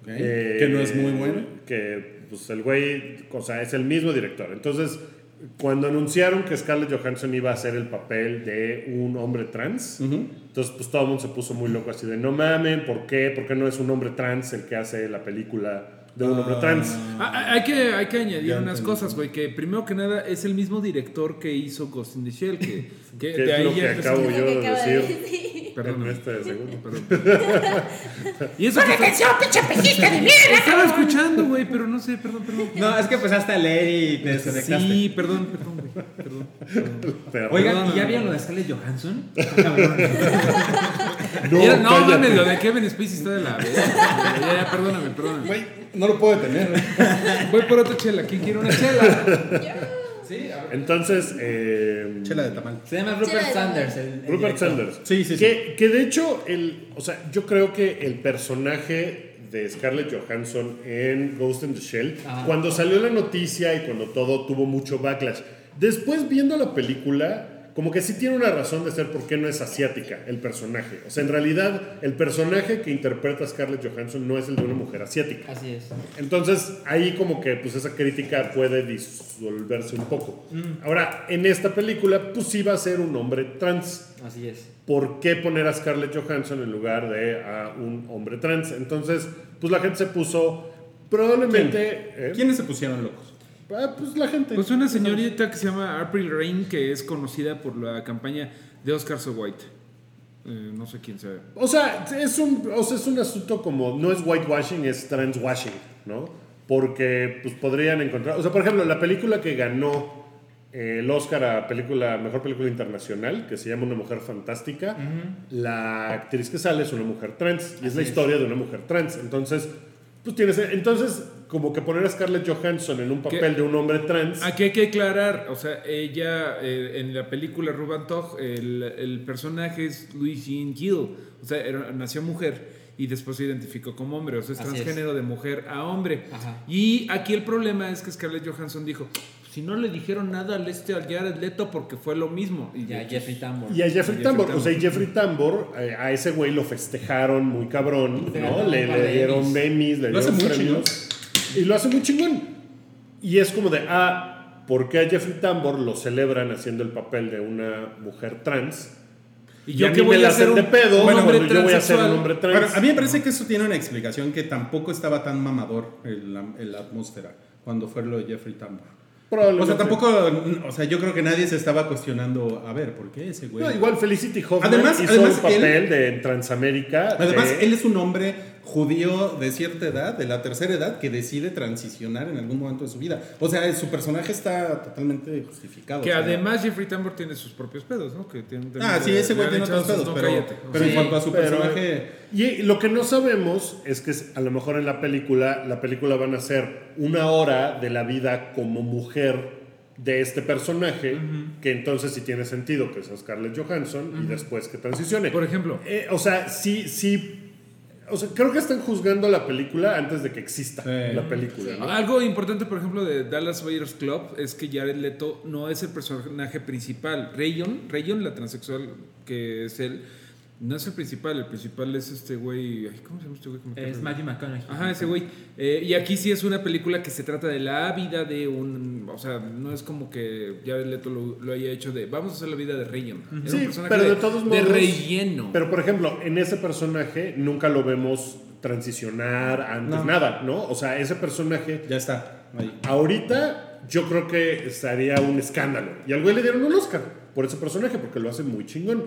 C: Ok.
B: eh,
C: que no es muy bueno.
B: que pues el güey, o sea, es el mismo director. Entonces cuando anunciaron que Scarlett Johansson iba a hacer el papel de un hombre trans, entonces pues todo el mundo se puso muy loco así de no mamen, ¿por qué? ¿Por qué no es un hombre trans el que hace la película de un hombre trans?
D: Ah, ah, Hay que, hay que añadir
C: Ya
D: unas
C: entendí.
D: cosas, güey, que primero que nada es el mismo director que hizo Ghost in the Shell, que, que
B: Que
D: de
B: es lo
D: ahí
B: que
D: ya empezó.
B: acabo yo
G: Lo que
B: de
G: acaba de
B: decir
G: decir.
B: en
D: Perdón,
B: este segundo.
D: perdón. Y eso
E: ¡Pon
D: que está-
E: atención, pinche pellizca de mierda!
D: estaba escuchando, güey, pero no sé, perdón, perdón.
F: No, es que
C: pues
F: empezaste a leer y te
D: Sí, perdón, perdón, güey, perdón, perdón.
B: Pero-
C: Ah.
F: Oigan, ¿y ya vieron lo de Scarlett Johansson?
B: No,
D: Mira, No,
B: cállate.
D: mames, lo de Kevin Spacey está de la verga. güey. Ya, ya, perdóname, perdóname.
C: Güey, no lo puedo detener.
D: Voy por otra chela. ¿Quién quiere una chela?
B: Entonces, eh,
C: Chela de tamal.
F: Se llama Rupert
G: Sí,
F: Sanders. el- el
B: Rupert
F: director.
B: Sanders.
C: Sí, sí, sí.
B: que, que de hecho, el, o sea, yo creo que el personaje de Scarlett Johansson en Ghost in the Shell,
C: Ah.
F: Ajá.
B: cuando salió la noticia y cuando todo tuvo mucho backlash, después viendo la película, como que sí tiene una razón de ser por qué no es asiática el personaje. O sea, en realidad, el personaje que interpreta Scarlett Johansson no es el de una mujer asiática.
C: Ah.
F: Así es.
B: Entonces, ahí como que pues esa crítica puede disolverse un poco.
C: Mm.
B: Ahora, en esta película, pues sí va a ser un hombre trans.
F: Así es.
B: ¿por qué poner a Scarlett Johansson en lugar de a un hombre trans? Entonces, pues la gente se puso probablemente... ¿eh?
C: ¿Quiénes se pusieron locos?
B: Ah, pues la gente.
D: Pues una señorita que se llama April Rain, que es conocida por la campaña de Oscar So White. Eh, no sé quién sea.
B: O sea, es un, o sea, es un asunto como, no es whitewashing, es transwashing, ¿no? Porque pues podrían encontrar, o sea, por ejemplo, la película que ganó eh, el Oscar a película, mejor película internacional, que se llama Una Mujer Fantástica, la actriz que sale es una mujer trans, y es la historia de una mujer trans. Entonces, pues tienes, entonces, como que poner a Scarlett Johansson en un
D: ¿Qué?
B: papel de un hombre trans.
D: Aquí hay Ah, que aclarar, o sea, ella eh, en la película Ruban Tog, el, el personaje es Louis Jean Gill, o sea, era- nació mujer y después se identificó como hombre, o sea, es
F: Así es.
D: transgénero de mujer a hombre.
F: Ajá.
D: Y aquí el problema es que Scarlett Johansson dijo, si no le dijeron nada al este al Jared Leto porque fue lo mismo. Y
F: Ya,
D: de-
F: Jeffrey Tambor.
B: Y a Jeffrey
D: Jeffrey
B: Tambor,
D: Tambor.
B: o sea, y Jeffrey Tambor, eh, a ese güey lo festejaron muy cabrón,
F: Le
B: ¿no?
F: ganaron
B: Le,
F: un par
B: le
F: de
B: dieron
F: Emmys.
B: Emmys, le
C: Lo hace
B: dieron
C: muy
B: premios. Y lo hace muy chingón. Y es como de, ah, ¿por qué a Jeffrey Tambor lo celebran haciendo el papel de una mujer trans? Y
D: y yo
B: a
D: que
B: mí me
D: voy
B: la
D: a hacer
B: hacen
D: un,
B: de pedo
D: un hombre
B: cuando yo voy a ser un
D: transexual.
B: hombre trans.
C: Ahora, a mí me parece que eso tiene una explicación que tampoco estaba tan mamador en la, en la atmósfera cuando fue lo de Jeffrey Tambor.
B: Probablemente.
C: O sea, tampoco, o sea, yo creo que nadie se estaba cuestionando, a ver, ¿por qué ese güey?
B: No, igual Felicity Hoffman
C: Además-
B: hizo
C: además
B: un
C: él-
B: papel de en Transamérica.
C: Además,
D: eh.
B: de-
C: él es un hombre judío de cierta edad, de la tercera edad, que decide transicionar en algún momento de su vida. O sea, su personaje está totalmente justificado.
D: Que
C: o sea,
D: además Jeffrey Tambor tiene sus propios pedos, ¿no? Que tiene-
C: Ah, sí,
D: le-
C: ese güey
D: le han
C: tiene
D: echado
C: otros
D: sus-
C: pedos,
D: no,
C: pero,
D: cállate.
C: pero en
F: Sí,
C: cuanto a su
B: Pero-
C: personaje...
B: Y lo que no sabemos es que a lo mejor en la película, la película van a ser una hora de la vida como mujer de este personaje, que entonces sí tiene sentido que sea Scarlett Johansson y después que transicione.
D: Por ejemplo.
B: Eh, o sea, sí, sí. O sea, creo que están juzgando la película antes de que exista
C: Sí.
B: la película, ¿no?
D: Algo importante, por ejemplo, de Dallas Buyers Club es que Jared Leto no es el personaje principal. Rayon, Rayon, la transexual que es él, no es el principal. El principal es este güey. ay, ¿Cómo se llama este güey? que me cae
F: Es
D: re-
F: Matthew McConaughey.
D: Ajá, ese güey. Eh, y aquí sí es una película que se trata de la vida de un. O sea, no es como que Jared Leto lo, lo haya hecho de. Vamos a hacer la vida de Rayon. Era un
B: Sí,
D: personaje
B: pero de,
D: de,
B: todos
D: de
B: modos.
D: relleno.
B: Pero por ejemplo, en ese personaje nunca lo vemos transicionar antes
C: No.
B: nada, ¿no? O sea, ese personaje
C: Ya está, ahí.
B: Ahorita yo creo que estaría un escándalo. Y al güey le dieron un Oscar por ese personaje porque lo hace muy chingón.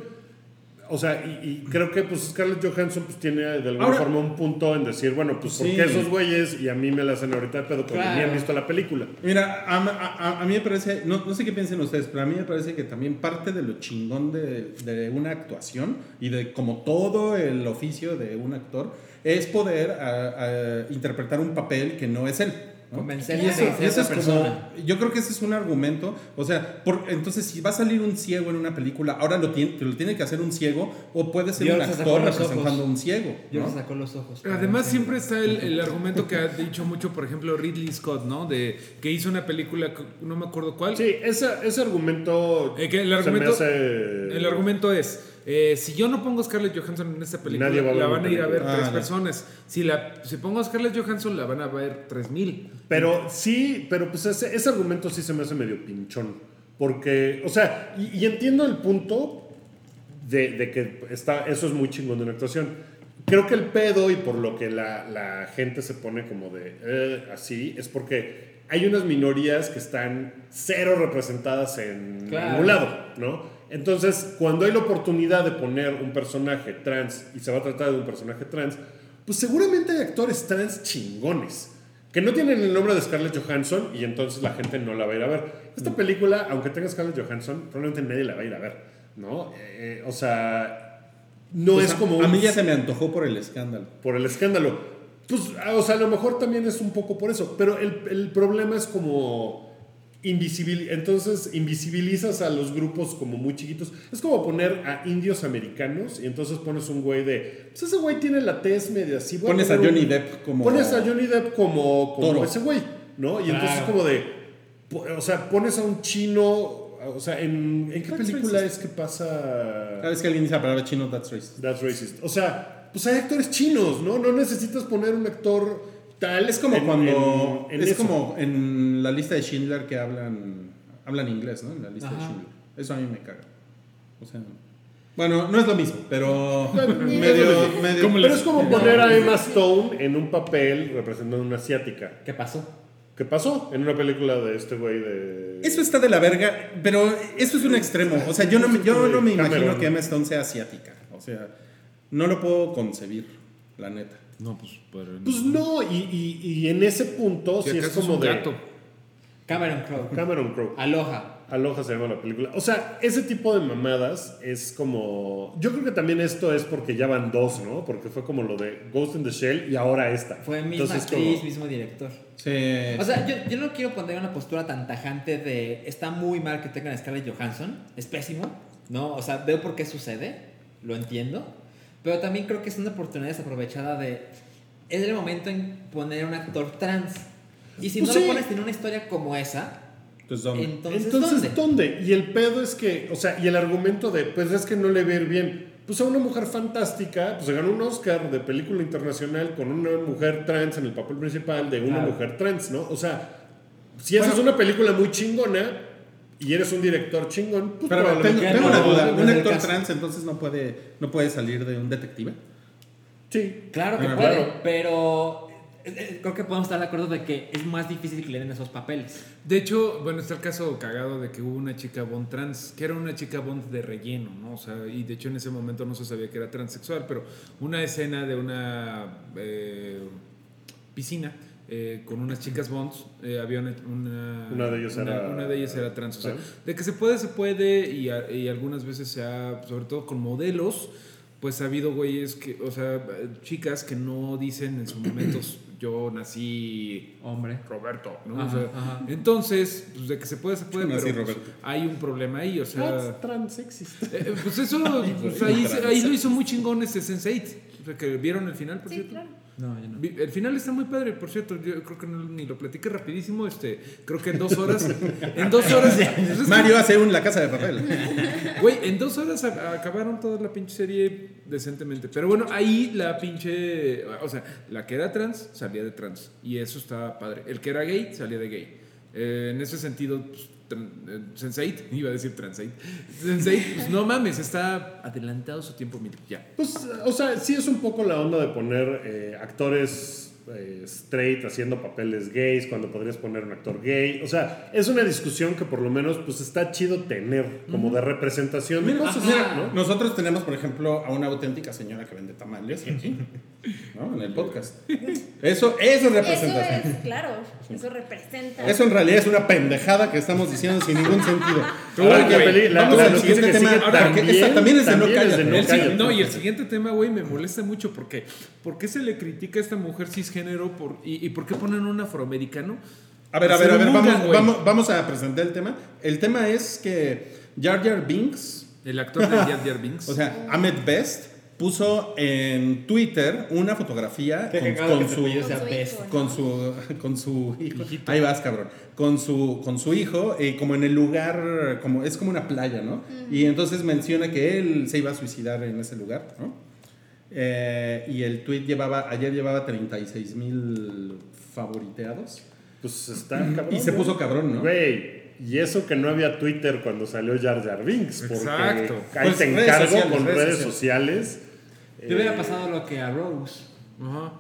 B: O sea, y, y creo que pues Scarlett Johansson pues tiene de alguna
C: Ahora-
B: forma un punto en decir, bueno, pues ¿por
C: Sí.
B: qué esos güeyes y a mí me la hacen ahorita de pedo porque ni
F: Claro.
B: han visto la película?
C: Mira, a, a- a- a mí me parece, no, no sé qué piensen ustedes, pero a mí me parece que también parte de lo chingón de, de una actuación y de como todo el oficio de un actor es poder a- a, interpretar un papel que no es él. ¿no?
F: Convencerle
C: Y eso-
F: de que sea
C: y eso
F: otra
C: es como-
F: persona.
C: yo creo que ese es un argumento. O sea, por- entonces si va a salir un ciego en una película, ahora lo tiene, lo tiene que hacer un ciego o puede ser
F: Dios
C: un
F: se sacó
C: actor
F: los ojos.
C: representando a un ciego.
F: Yo
C: ¿no?
F: le sacó los ojos.
D: Además siempre está el, el argumento que ha dicho mucho, por ejemplo, Ridley Scott, ¿no? De que hizo una película, que- no me acuerdo cuál.
B: Sí, ese, ese argumento
D: Eh, que el argumento-
B: se me hace...
D: El argumento es, eh, si yo no pongo a Scarlett Johansson en esta película,
B: Nadie va a ver
D: la
B: la
D: van a ir a ver
C: película.
D: tres
C: Ah, ya.
D: personas. Si, la, si pongo a Scarlett Johansson, la van a ver tres mil.
B: Pero sí, pero pues ese, ese argumento sí se me hace medio pinchón. Porque, o sea, y, y entiendo el punto de, de que está, eso es muy chingón de una actuación. Creo que el pedo y por lo que la, la gente se pone como de "Eh", así es porque hay unas minorías que están cero representadas en
F: Claro.
B: ningún lado, ¿no? Entonces, cuando hay la oportunidad de poner un personaje trans y se va a tratar de un personaje trans, pues seguramente hay actores trans chingones que no tienen el nombre de Scarlett Johansson y entonces la gente no la va a ir a ver. Esta
C: Mm.
B: película, aunque tenga Scarlett Johansson, probablemente nadie la va a ir a ver, ¿no? Eh, eh, o sea, no
C: Pues
B: es
C: a-
B: como
C: A
B: un-
C: mí ya se me antojó por el escándalo.
B: por el escándalo. Pues, ah, o sea, a lo mejor también es un poco por eso, pero el, el problema es como invisibil, entonces invisibilizas a los grupos como muy chiquitos. Es como poner a indios americanos y entonces pones un güey de, pues ese güey tiene la tez media así. voy
C: Pones a
B: poner un-
C: Johnny Depp como-
B: Pones a Johnny Depp como, como
C: Toro.
B: ese güey, ¿no? Y entonces como de, po- o sea, pones a un chino, o sea, ¿en, en qué
C: That's
B: película
C: racist.
B: es que pasa?
C: Cada vez que alguien dice la palabra chino, that's racist.
B: That's racist. O sea, pues hay actores chinos, ¿no? No necesitas poner un actor tal.
C: Es como
B: en-
C: cuando.
B: en- en
C: es
B: eso.
C: como en la lista de Schindler que hablan. Hablan inglés, ¿no? En la lista de Schindler. Eso a mí me caga. O sea. Bueno, no es lo mismo, pero. medio. medio
D: ¿Cómo
B: Pero
D: les-
B: es como poner a Emma Stone en un papel representando a una asiática.
F: ¿Qué pasó?
B: ¿Qué pasó? En una película de este güey de.
C: Eso está de la verga, pero eso es un extremo. O sea, yo no, me- yo no me imagino
B: Cameron.
C: que Emma Stone sea asiática. O sea, no lo puedo concebir, la neta.
D: No, pues, pero.
B: Pues no, y, y- y en ese punto sí es como de.
F: Cameron Crowe.
B: Cameron Crowe.
F: Aloha.
B: Aloha se llama la película. O sea, ese tipo de mamadas es como. Yo creo que también esto es porque ya van dos, ¿no? Porque fue como lo de Ghost in the Shell y ahora esta.
F: Fue misma
B: Entonces, como-
F: actriz, mismo director.
C: Sí.
F: O sea, yo, yo no quiero poner una postura tan tajante de está muy mal que tengan a Scarlett Johansson, es pésimo, ¿no? O sea, veo por qué sucede, lo entiendo, pero también creo que es una oportunidad desaprovechada de. Es el momento en poner un actor trans. Y si
B: Pues sí.
F: no lo pones en una historia como esa,
C: Entonces, pues, hombre.
F: entonces,
B: Entonces,
F: ¿dónde?
B: ¿dónde? Y el pedo es que, o sea, y el argumento de, pues es que no le va a ir bien. Pues a una mujer fantástica, pues se ganó un Oscar de película internacional con una mujer trans en el papel principal de una
F: Claro.
B: mujer trans, ¿no? O sea, si haces una película muy chingona y eres un director chingón, pues
C: Pero tengo,
B: probablemente-
F: que
C: tengo
F: no,
C: una duda.
F: no
C: ¿Un
F: es el
C: actor
F: caso.
C: trans entonces no puede, no puede salir de un detective?
B: Sí.
F: Claro que
C: Ah,
F: puede,
B: claro.
F: pero eh, eh, creo que podemos estar de acuerdo de que es más difícil que le den esos papeles.
D: De hecho, bueno, está el caso cagado de que hubo una chica Bond trans, que era una chica Bond de relleno, ¿no? O sea, y de hecho en ese momento no se sabía que era transexual, pero una escena de una eh, piscina eh, con unas chicas Bonds, eh, había una, una,
B: Una de ellas era-
D: una de ellas era trans. O sea,
B: ¿Trans?
D: de que se puede, se puede, y, a- y algunas veces se ha, sobre todo con modelos, pues ha habido güeyes que, o sea, eh, chicas que no dicen en sus momentos, yo nací
F: Hombre.
D: Roberto, ¿no?
F: Ajá,
D: O sea,
F: ajá.
D: Entonces, pues de que se puede, se puede,
C: Yo nací
D: pero pues,
C: Roberto.
D: hay un problema ahí, o sea.
B: Trans, transexista.
D: eh, pues eso, pues, ahí, se- ahí lo hizo muy chingón este Sense8. O sea, que vieron el final, por
G: Sí,
D: cierto.
G: claro.
F: No, yo no.
D: Vi- El final está muy padre, por cierto. Yo creo que no- ni lo platiqué rapidísimo. Este, creo que en dos horas. en dos horas. pues, es que,
C: Mario hace un La Casa de Papel.
D: Güey, en dos horas a- acabaron toda la pinche serie decentemente. Pero bueno, ahí la pinche. O sea, la que era trans salía de trans. Y eso estaba padre. El que era gay salía de gay. Eh, en ese sentido, pues, tran- eh, Sense8, iba a decir Transate. Sense8, pues no mames, está adelantado su tiempo. mire, ya.
B: Pues, o sea, sí es un poco la onda de poner eh, actores eh, straight haciendo papeles gays cuando podrías poner un actor gay. O sea, es una discusión que por lo menos pues está chido tener como de representación de cosas, ¿no?
C: Nosotros tenemos, por ejemplo, a una auténtica señora que vende tamales aquí, ¿no? En el podcast. Eso, eso es
G: Eso
C: representación.
G: es, claro, eso representa.
C: Eso en realidad es una pendejada que estamos diciendo sin ningún sentido.
B: Ahora
C: Porque
B: que peli- la-
C: vamos
B: la
C: al
B: noticia
C: siguiente
B: que
C: tema.
B: sigue
C: Ahora, porque
B: también-
C: esta también es de no
B: también es de
C: callar. ¿eh?
B: no
D: El si-
B: cállate.
D: no, y el siguiente tema, güey, me molesta mucho porque ¿por qué se le critica a esta mujer cisgénero por, y, y por qué ponen un afroamericano?
C: A ver, a ver,
D: Se
C: a ver,
D: lo
C: vamos,
D: nuncan, güey.
C: vamos, vamos a presentar el tema. El tema es que Jar Jar Binks,
D: El actor de Jar Jar Binks.
C: o sea, Ahmed Best, puso en Twitter una fotografía
F: Qué
C: con,
F: cagado
C: con
F: que
C: su
F: te
G: Con
F: sea
G: su
F: pez.
G: hijo, ¿no?
C: con su con su hijo. Ahí vas, cabrón. Con su con su hijo eh, como en el lugar como es como una playa, ¿no? Y entonces menciona que él se iba a suicidar en ese lugar, ¿no? Eh, y el tweet llevaba ayer llevaba 36 mil favoriteados
B: Pues está cabrón.
C: y se
B: ¿no?
C: puso cabrón, ¿no?
B: Güey, y eso que no había Twitter cuando salió Jar Jar Binks, porque
D: Exacto.
B: ahí
C: Pues,
B: te
C: redes
B: encargo
C: sociales,
B: con
C: redes
B: redes, sociales.
F: Te hubiera pasado lo que a Rose.
D: Ajá.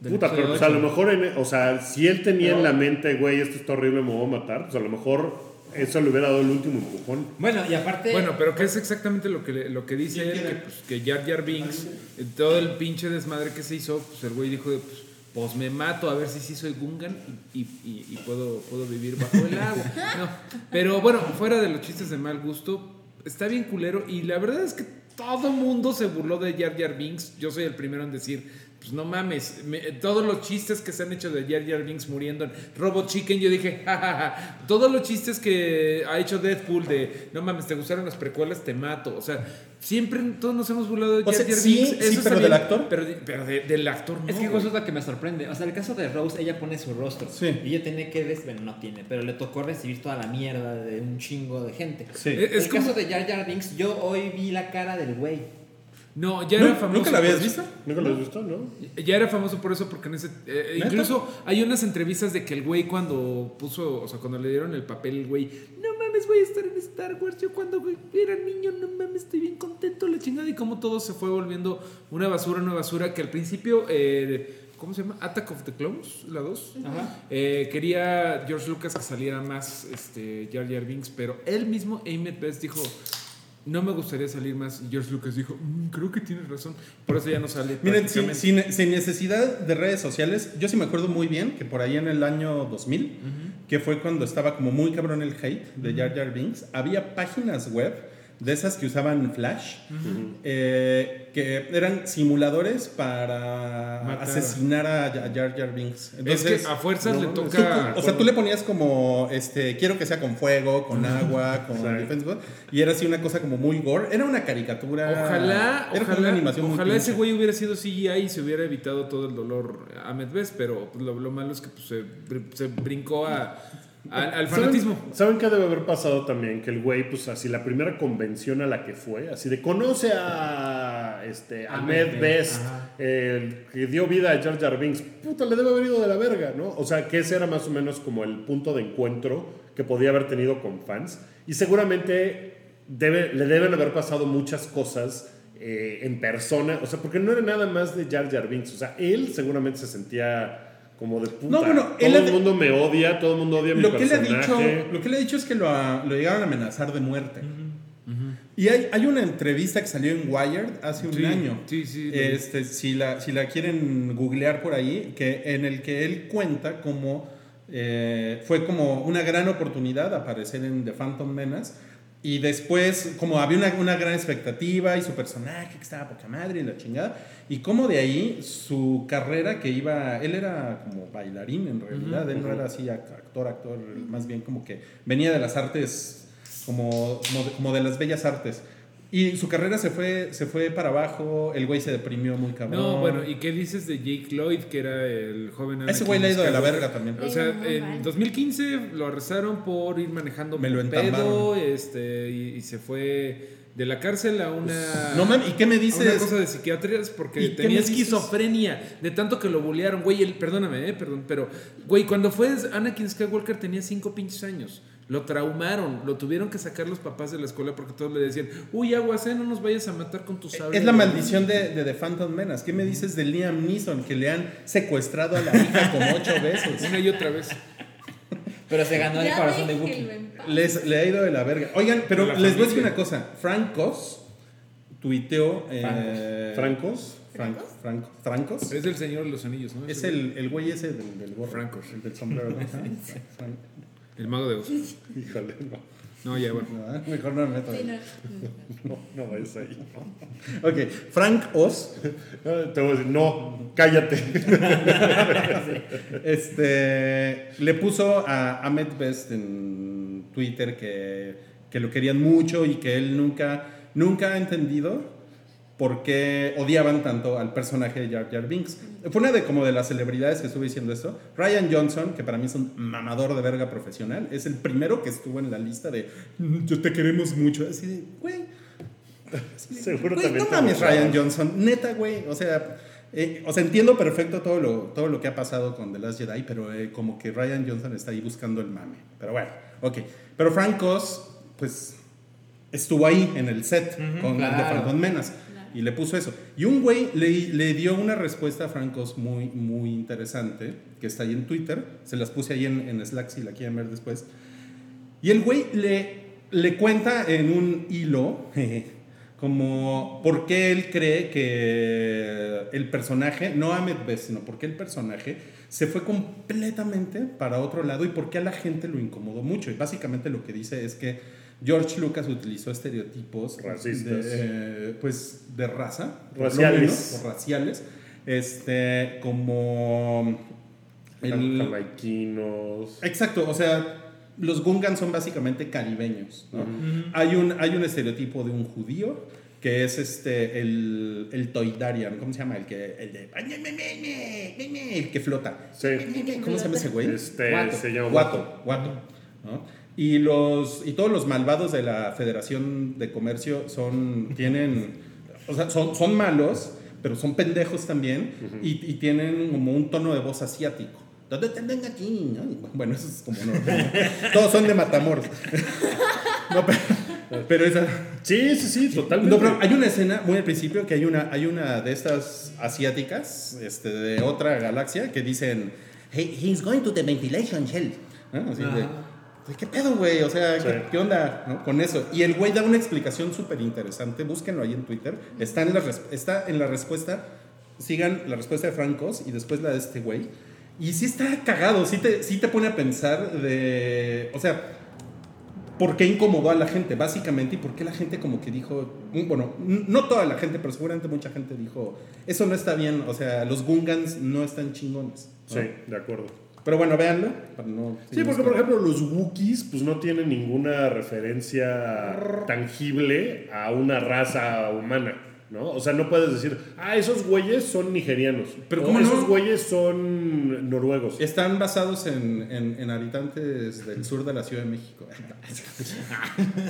F: del
B: Puta, pero
F: episodio
B: pues a
F: ocho.
B: lo mejor, en- o sea, si él tenía en la mente, güey, esto está horrible, me voy a matar, pues a lo mejor eso le hubiera dado el último empujón.
F: Bueno, y aparte.
D: Bueno, pero que es exactamente lo que, le- lo que dice él, que, pues, que Jar Jar Binks, eh, todo el pinche desmadre que se hizo, pues el güey dijo, de, pues, pues me mato, a ver si sí soy Gungan y, y- y- y puedo, puedo vivir bajo el agua. No, Pero bueno, fuera de los chistes de mal gusto, está bien culero y la verdad es que todo mundo se burló de Jar Jar Binks. Yo soy el primero en decir... Pues no mames, me- eh, todos los chistes que se han hecho de Jar Jar Binks muriendo en Robot Chicken, yo dije, jajaja, todos los chistes que ha hecho Deadpool de, no mames, te gustaron las precuelas, te mato. O sea, siempre todos nos hemos burlado de
C: O
D: Jar
C: sea,
D: Jar
C: sí,
D: Binks.
C: sí,
D: Eso está
C: pero
D: bien,
C: del actor.
D: Pero, de- pero de- del actor no.
F: Es que
D: güey.
F: eso es lo que me sorprende. O sea, el caso de Rose, ella pone su rostro.
C: Sí.
F: Y ella tiene que. des- Bueno, no tiene, pero le tocó recibir toda la mierda de un chingo de gente.
C: Sí.
D: Eh, es
F: el
D: como-
F: caso de Jar Jar Binks, yo hoy vi la cara del güey.
D: No, ya
C: ¿Nu-
D: era famoso.
C: ¿Nunca la habías
D: por eso.
C: visto?
B: ¿Nunca lo has visto, no?
D: Ya era famoso por eso, porque en ese. eh,
C: ¿Neta?
D: incluso hay unas entrevistas de que el güey, cuando puso. O sea, cuando le dieron el papel, el güey. No mames, voy a estar en Star Wars. Yo cuando era niño, no mames, estoy bien contento, la chingada. Y cómo todo se fue volviendo una basura, una basura. Que al principio. eh, ¿Cómo se llama? Attack of the Clones, la 2.
F: Ajá.
D: Eh, quería George Lucas que saliera más este, Jar Jar Binks, pero él mismo, Emmett Best, dijo. No me gustaría salir más. Y George Lucas dijo, "Mm, creo que tienes razón. Por eso ya no sale.
C: Miren, sin,
D: prácticamente.
C: sin- sin necesidad de redes sociales, yo sí me acuerdo muy bien que por ahí en el año 2000, que fue cuando estaba como muy cabrón el hate de Jar Jar Binks, había páginas web de esas que usaban Flash, eh, que eran simuladores para
D: Matar.
C: asesinar a Ja- Jar Jar Binks. Entonces,
D: es que a fuerzas le
C: tú-
D: toca.
C: tú- o sea, tú le ponías como, este, quiero que sea con fuego, con agua, con
B: Exacto.
C: defense, God, y era así una cosa como muy gore. Era una caricatura. era
D: Ojalá,
C: como una
D: ojalá,
C: animación muy
D: ojalá ese
C: pinche.
D: güey hubiera sido CGI y se hubiera evitado todo el dolor a Medvez, pero pues, lo, lo malo es que pues, se, br- se brincó a- a- al fanatismo.
B: ¿Saben, ¿Saben qué debe haber pasado también? Que el güey, pues así, la primera convención a la que fue, así de conoce a este Ahmed Best, el que dio vida a Jar Jar Binks, puta, le debe haber ido de la verga, ¿no? O sea, que ese era más o menos como el punto de encuentro que podía haber tenido con fans. Y seguramente debe, le deben haber pasado muchas cosas. eh, en persona, o sea, porque no era nada más de Jar Jar Binks, o sea, él seguramente se sentía como de puta.
C: No, bueno,
B: todo
C: él
B: el
C: ha-
B: mundo me odia, todo el mundo odia
C: lo que, le ha dicho, lo que le ha dicho es que lo, a- lo llegaron a amenazar de muerte. Y hay, hay una entrevista que salió en Wired hace un
D: Sí,
C: año.
D: sí, sí, lo vi.
C: Este, si, la, si la quieren googlear por ahí, que, en el que él cuenta como eh, fue como una gran oportunidad aparecer en The Phantom Menace. Y después, como había una, una gran expectativa y su personaje que estaba poca madre y la chingada. Y como de ahí su carrera que iba. Él era como bailarín en realidad, él no era así ac- actor, actor, más bien como que venía de las artes, como, como, de, como de las bellas artes. Y su carrera se fue, se fue para abajo, el güey se deprimió muy cabrón.
D: No, bueno, ¿y qué dices de Jake Lloyd, que era el joven
C: A ese
D: Anakin
C: güey le ha ido de la
D: Skywalker?
C: verga también.
D: O
G: Le
D: sea,
G: iba muy
D: en
G: mal.
D: 2015 lo arrestaron por ir manejando
C: Me lo
D: pedo
C: entambaron.
D: este, y, y se fue de la cárcel a una...
C: No mames, ¿y qué me
D: a Ah. una
C: dices?
D: cosa de psiquiatría es porque
C: ¿Y qué
D: tenía
C: me dices?
D: esquizofrenia de tanto que lo bullearon, güey, él- perdóname, eh, perdón, pero güey, cuando fue Anakin Skywalker tenía cinco pinches años. Lo traumaron, lo tuvieron que sacar los papás de la escuela porque todos le decían, "Uy, aguas, eh, no nos vayas a matar con tus sables."
C: Es la maldición de, de The Phantom Menace. ¿Qué me dices de Liam Neeson que le han secuestrado a la hija como ocho veces?
D: Una y otra vez.
F: Pero se ganó el
G: Ya
F: corazón de
G: déjenlo
F: Wookiee.
G: en paz.
C: Les, le ha ido de la verga. Oigan, pero
D: La
C: les voy a decir
D: familia.
C: una cosa. Frank Oz tuiteó. eh,
B: Francos.
C: Franco- Franco- Francos.
D: Es el señor de los anillos, ¿no?
C: Es el, el güey ese del, del gorro.
D: Francos.
C: El del sombrero. ¿no? Frank-
D: el mago de Oz.
B: Híjole, no,
D: No, ya bueno.
C: no, mejor no me meto.
G: Sí, no.
B: no, no vayas ahí.
C: Ok, Frank Oz
B: Ah, Te voy a decir, no, cállate.
C: este, le puso a Ahmed Best en Twitter que, que lo querían mucho y que él nunca, nunca ha entendido por qué odiaban tanto al personaje de Jar Jar Binks. Fue una de como de las celebridades que estuvo diciendo esto. Ryan Johnson, que para mí es un mamador de verga profesional, es el primero que estuvo en la lista de "Mm, yo te queremos mucho. Así de, güey,
B: Seguro
C: Güey,
B: también.
C: no
B: te
C: mames,
B: abusaba.
C: Ryan Johnson. Neta, güey. O sea, eh, o sea, entiendo perfecto todo lo, todo lo que ha pasado con The Last Jedi, pero eh, como que Ryan Johnson está ahí buscando el mame. Pero bueno, ok. Pero Frank Oz, pues, estuvo ahí en el set con
F: claro.
C: The Phantom Menace. Y le puso eso. Y un güey le, le dio una respuesta a Frank Oz muy, muy interesante, que está ahí en Twitter. Se las puse ahí en, en Slack si la quieren ver después. Y el güey le, le cuenta en un hilo jeje, como por qué él cree que el personaje, no Ahmed Best, sino por qué el personaje se fue completamente para otro lado y por qué a la gente lo incomodó mucho. Y básicamente lo que dice es que George Lucas utilizó estereotipos
B: Racistas.
C: de, eh, pues, de raza, por lo
B: Raciales.
C: menos, o raciales, este, como... el-
B: Jamaiquinos.
C: Exacto, o sea, los Gungans son básicamente caribeños. ¿no? hay, un, hay un estereotipo de un judío que es este el, el Toidarian, ¿cómo se llama? El que, el de, "Ay, me, me, me, me, me", el que flota.
B: Sí.
C: ¿Cómo se llama ese güey?
B: Este,
C: Guato.
B: se llama
C: Guato. Guato, ¿no? Y, los, y todos los malvados de la Federación de Comercio son, tienen, o sea, son, son malos, pero son pendejos también y, y tienen como un tono de voz asiático. ¿Dónde te andan aquí? ¿no? Y Bueno, eso es como no. Todos son de Matamoros. No, pero, pero esa,
B: Sí, sí, sí, totalmente.
C: no, pero hay una escena muy al principio que hay una, hay una de estas asiáticas este, de otra galaxia que dicen, hey, he's going to the ventilation shell. ¿no? Así de, "Pues, ¿Qué pedo, güey? O sea, ¿qué,
B: Sí.
C: qué onda no? con eso? Y el güey da una explicación súper interesante. Búsquenlo ahí en Twitter. Está en, la res- está en la respuesta. Sigan la respuesta de Francos y después la de este güey. Y sí está cagado. Sí te, sí te pone a pensar de... O sea, por qué incomodó a la gente, básicamente, y por qué la gente como que dijo, mm, bueno, n- no toda la gente, pero seguramente mucha gente dijo, eso no está bien, o sea, los Gungans no están chingones. ¿no?
B: Sí, de acuerdo.
C: Pero bueno, véanlo. para no-
B: Sí, porque por ejemplo los Wookiees pues no tienen ninguna referencia tangible a una raza humana, ¿no? O sea, no puedes decir, ah, esos güeyes son nigerianos.
C: Pero
B: O
C: ¿cómo no?
B: esos güeyes son noruegos.
C: Están basados en, en- en habitantes del sur de la Ciudad de México.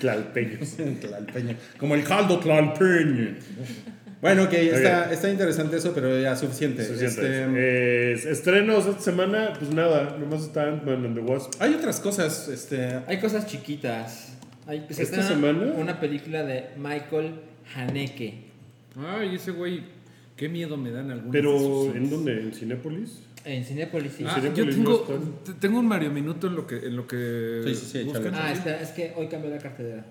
B: Tlalpeños.
C: Tlalpeño. Como el caldo tlalpeño. Bueno, ok, está, está interesante eso, pero ya suficiente.
B: Suficiente.
F: em,
C: Este,
B: Eh, estrenos esta semana, pues nada, nomás está Ant-Man and the Wasp.
C: hay otras cosas, este,
F: Hay cosas chiquitas. Hay, pues,
B: ¿Esta
F: está
B: semana?
F: Una película de Michael Haneke
D: Ay, ese güey, qué miedo me dan algunos. de sus
B: Pero,
D: sons.
B: ¿en dónde? ¿En Cinépolis?
F: en Cinepolis. sí.
D: Ah,
B: Cinépolis
D: yo
B: no
D: tengo,
B: está.
D: te- tengo un Mario Minuto en lo que, en lo que
C: Sí, sí, sí,
D: buscan.
C: échale.
F: Ah, espera, es que hoy cambió la cartera.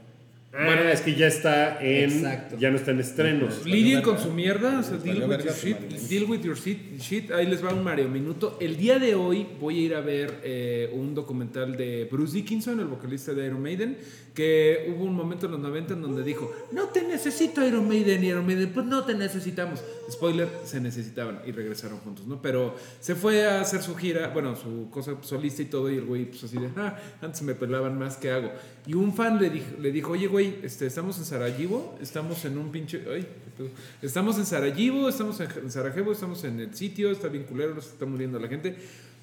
B: Bueno, es que ya está en.
F: Exacto.
B: Ya no está en estrenos.
D: Lidien
C: verga.
D: con su mierda, o sea,
C: Les
D: deal
C: valió
D: with
C: verga
D: your
C: su
D: shit,
C: Mario.
D: deal with your shit, shit. Ahí les va un Mario Minuto. El día de hoy voy a ir a ver eh, un documental de Bruce Dickinson, el vocalista de Iron Maiden, que hubo un momento en los 90 en donde dijo, no te necesito Iron Maiden y Iron Maiden, pues no te necesitamos. Spoiler, se necesitaban y regresaron juntos, ¿no? Pero se fue a hacer su gira, bueno, su cosa solista y todo, y el güey pues así de, ah, antes me pelaban más, ¿qué hago? Y un fan le dijo, le dijo oye, güey, este, estamos en Sarajevo, estamos en un pinche, ay, qué pedo. estamos en Sarajevo, estamos en, en Sarajevo, estamos en el sitio, está bien culero, nos está muriendo la gente,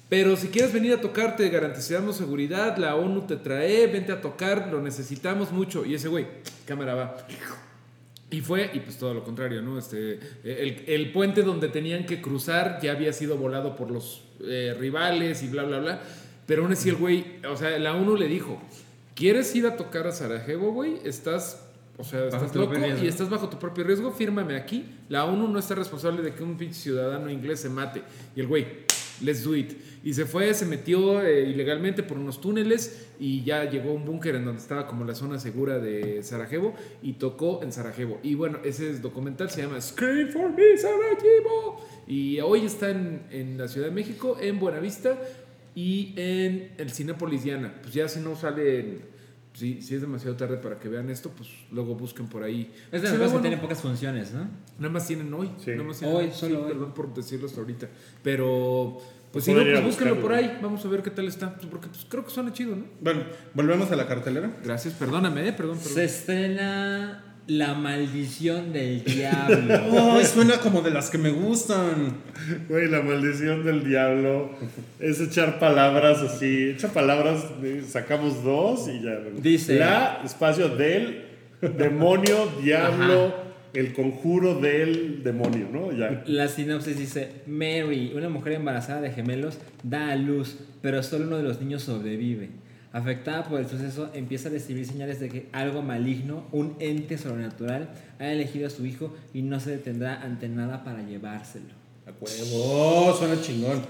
D: pero si quieres venir a tocar, te garantizamos seguridad, la ONU te trae, vente a tocar, lo necesitamos mucho. Y ese güey, cámara va. Y fue, y pues todo lo contrario, ¿no? Este, el, el puente donde tenían que cruzar ya había sido volado por los eh, rivales y bla, bla, bla. Pero aún así el güey, o sea, la ONU le dijo, ¿quieres ir a tocar a Sarajevo, güey? Estás, o sea,
C: Bajo
D: estás
C: tu
D: loco
C: propio riesgo.
D: y estás bajo tu propio riesgo, fírmame aquí. La ONU no está responsable de que un pinche ciudadano inglés se mate. Y el güey, let's do it. Y se fue, se metió eh, ilegalmente por unos túneles y ya llegó a un búnker en donde estaba como la zona segura de Sarajevo y tocó en Sarajevo. Y bueno, ese es documental se llama Scream for Me Sarajevo. Y hoy está en, en la Ciudad de México, en Buenavista y en el Cinépolis Diana. Pues ya si no sale, en- si, si es demasiado tarde para que vean esto, pues luego busquen por ahí.
F: Es
D: Se
F: de
D: ve
F: las cosas que
D: bueno.
F: tiene pocas funciones, ¿no?
D: Nada más tienen hoy.
B: Sí.
D: Nada más tienen
F: Hoy, solo hoy.
D: Perdón por decirlo hasta ahorita. Pero, pues si no,
B: Podría
D: pues
B: buscarlo,
D: búsquenlo por
B: ¿no?
D: ahí. Vamos a ver qué tal está. Porque pues, creo que suena chido, ¿no?
C: bueno, volvemos a la cartelera.
D: Gracias, perdóname, eh, perdón, perdón.
F: Se estrena La maldición del diablo.
C: Ay, Oh, suena como de las que me gustan.
B: Güey, la maldición del diablo es echar palabras así. Echa palabras, eh, sacamos dos y ya.
F: Dice-
B: La, espacio del, demonio, diablo, el conjuro del demonio, ¿no? Ya.
F: La sinopsis dice, Mary, una mujer embarazada de gemelos, da a luz, pero solo uno de los niños sobrevive. Afectada por el suceso, empieza a recibir señales de que algo maligno, un ente sobrenatural, ha elegido a su hijo y no se detendrá ante nada para llevárselo.
C: A huevo, suena chingón.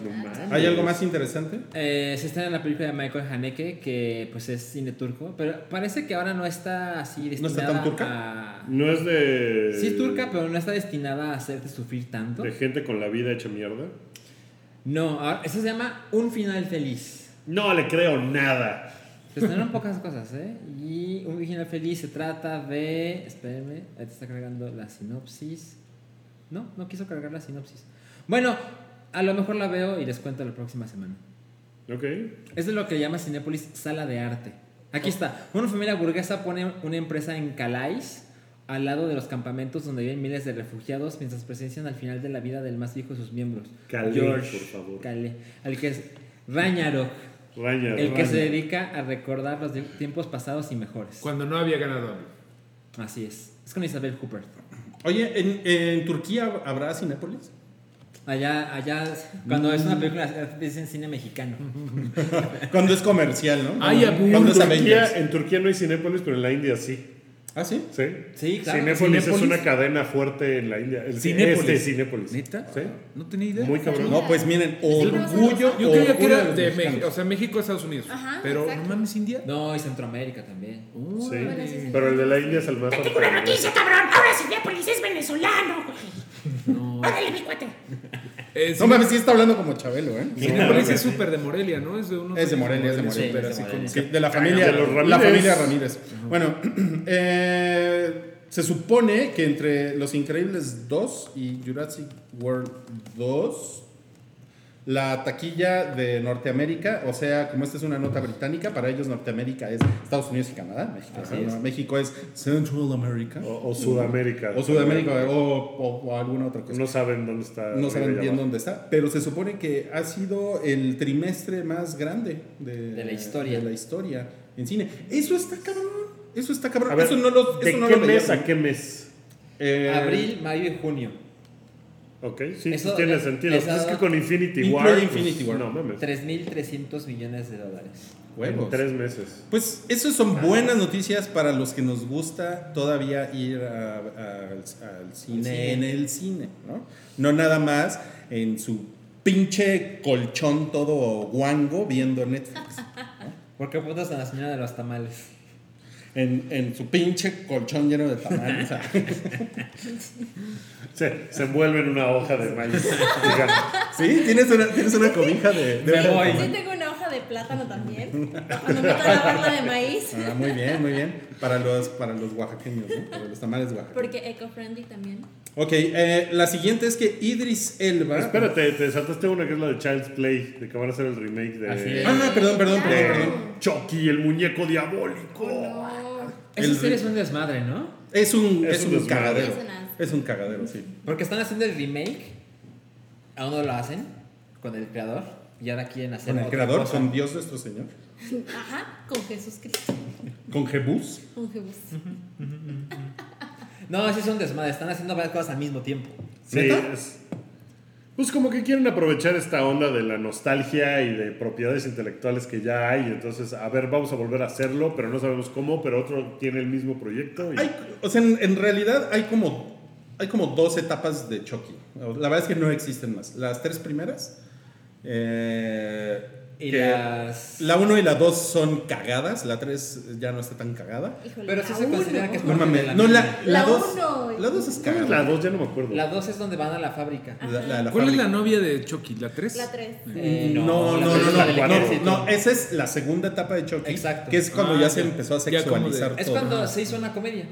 C: ¿Hay algo más interesante?
F: Eh, se está en la película de Michael Haneke, que pues es cine turco, pero parece que ahora no está así
C: ¿No
F: destinada
C: está tan turca?
F: a...
B: No es de.
F: Sí es
B: Eh,
F: turca, pero no está destinada a hacerte sufrir tanto.
B: De gente con la vida hecha mierda.
F: No, ahora, eso se llama Un Final Feliz.
B: No le creo nada.
F: Se estrenaron pocas cosas, ¿eh? Y Un Final Feliz se trata de... Espérenme, ahí te está cargando la sinopsis. No, no quiso cargar la sinopsis. Bueno, a lo mejor la veo y les cuento la próxima semana.
B: Ok.
F: Es de lo que llama Cinépolis sala de arte. Aquí está. Una familia burguesa pone una empresa en Calais, al lado de los campamentos donde viven miles de refugiados, mientras presencian al final de la vida del más viejo de sus miembros.
B: Calais, por favor.
F: Calais, al que es Ragnarok,
B: Raña,
F: el que
B: raña.
F: se dedica a recordar los de- tiempos pasados y mejores.
D: Cuando no había ganado AMLO.
F: Así es. Es con Isabel Hooper.
C: Oye, ¿en, en Turquía habrá Cinépolis?
F: Allá, allá, cuando es una película, dicen cine mexicano.
C: Cuando es comercial, ¿no?
D: Ay,
C: Cuando-
D: abu-
C: cuando es
B: Turquía-
C: Avengers.
B: en Turquía no hay Cinépolis, pero en la India sí.
C: ¿Ah, sí?
B: ¿Sí?
F: Sí, claro.
B: Cinépolis, es
D: Cinépolis.
B: una cadena fuerte en la India. El
D: Cinépolis.
B: Este Cinépolis.
D: ¿Neta?
B: Sí.
D: No tenía idea.
B: Muy cabrón.
C: No, pues miren, orgullo.
D: Yo creía que
C: orgullo
D: era
C: los
D: de
C: mexicanos.
D: México, o sea, México, Estados Unidos.
G: Ajá,
D: pero
G: exacto.
D: no mames, India.
F: No, y Centroamérica también.
B: Sí.
G: pues, Bueno, sí, sí.
B: Pero el de la India es el más
E: Te tengo una
B: sorprendente.
E: noticia, cabrón. Ahora Cinépolis es venezolano, güey. Órale, mi cuate.
D: Eh, sí,
C: No mames, sí está hablando como Chabelo, ¿eh?
D: Cinépolis es súper de Morelia, ¿no? Es de unos.
C: Es de Morelia, es de
F: Sí,
C: Morelia.
D: súper
F: es de
D: así
F: Morelia.
D: como-
C: Sí, de la familia,
B: de los Ramírez.
C: la familia Ramírez. Bueno, eh, se supone que entre Los Increíbles 2 y Jurassic World 2, la taquilla de Norteamérica, o sea, como esta es una nota británica, para ellos Norteamérica es Estados Unidos y Canadá, México, ¿no? México es Central America.
B: O, o Sudamérica.
C: O Sudamérica, o, o- o alguna otra cosa.
B: No saben dónde está.
C: No saben
B: arriba y
C: bien
B: abajo.
C: dónde está, pero se supone que ha sido el trimestre más grande de,
F: De la historia.
C: de la historia en cine. Eso está cabrón. Eso está cabrón.
B: A ver,
C: eso no lo,
B: ¿De
C: eso no
B: qué
C: lo
B: mes
C: leyeron.
B: a qué mes?
C: Eh,
F: Abril, mayo y junio.
B: Ok, sí,
F: Eso
B: sí tiene
F: les-
B: sentido.
F: les
B: Pues es
F: ha
B: que
F: dado-
B: con Infinity
C: Incluye
B: War. pues,
C: Infinity War.
B: No mames.
F: 3.300 millones de dólares.
C: huevos.
B: En tres meses.
C: Pues esas
F: Ah.
C: son buenas noticias para los que nos gusta todavía ir a- a- al, al cine,
F: cine.
C: en el cine, ¿no? No nada más en su pinche colchón todo guango viendo Netflix.
F: ¿Por qué apuntas a la señora de los tamales?
C: En, en su pinche colchón lleno de tamales. o sea.
B: Se, se envuelve en una hoja de maíz. Digamos.
C: Sí, tienes una, tienes una cobija de. de-
F: Me voy.
G: Yo tengo una hoja de plátano también. Cuando meto a lavarla de maíz.
C: Ah, muy bien, muy bien. Para los, para los oaxaqueños, ¿no? Para los tamales oaxaqueños.
G: Porque eco-friendly también.
C: Ok, eh, la siguiente es que Idris Elba.
B: Espérate, te saltaste una que es la de Child's Play, de que van a hacer el remake de.
F: Así es.
C: Ah, perdón, perdón,
B: de
C: perdón, perdón.
B: Chucky, el muñeco diabólico.
C: Oh,
G: Oh,
F: Esa serie es un desmadre, ¿no?
C: Es un,
B: Es
C: es
B: un
C: un
B: desmadre.
C: cagadero.
G: Es un asco.
C: Es un cagadero, sí.
F: Porque están haciendo el remake. Aún no lo hacen con el creador. Y ahora quieren hacer
C: Con el
F: otra
C: creador,
F: cosa.
C: con Dios nuestro Señor.
G: Ajá, con Jesús Cristo.
C: Con Jebús.
G: Con Jesús.
F: No, sí es un desmadre. Están haciendo varias cosas al mismo tiempo.
B: Sí,
C: ¿Neta?
B: es- Pues como que quieren aprovechar esta onda de la nostalgia y de propiedades intelectuales que ya hay. Entonces, a ver, vamos a volver a hacerlo, pero no sabemos cómo, pero otro tiene el mismo proyecto. y-
C: Hay- o sea, en, en realidad hay como, hay como dos etapas de Chucky. La verdad es que no existen más. Las tres primeras. eh,
F: Y
C: que-
F: las.
C: La 1 y la 2 son cagadas, la 3 ya no está tan cagada.
G: Híjole,
F: Pero sí
G: la
F: se considera
G: uno.
F: que es
C: No
F: parte
C: mames,
F: de la
C: no,
F: misma.
C: la
G: La
C: 2
G: uno, güey.
C: la 2 es
B: ¿Cuál es
C: cagada.
B: la dos? Ya no me acuerdo.
F: La 2 es donde van a la fábrica.
C: La- la- la
D: ¿Cuál es la
C: fábrica.
D: novia de Chucky? ¿La 3?
G: La 3.
C: Mm.
F: Eh,
C: No, no,
F: la
C: no,
F: tres
C: no,
F: es la del
C: no,
F: ejército.
C: no, esa es la segunda etapa de Chucky,
F: Exacto.
C: que es cuando
D: Ah,
C: ya se
D: ya.
C: empezó a
D: Ya como de-
C: sexualizar
F: Es
C: todo.
F: cuando se hizo una comedia.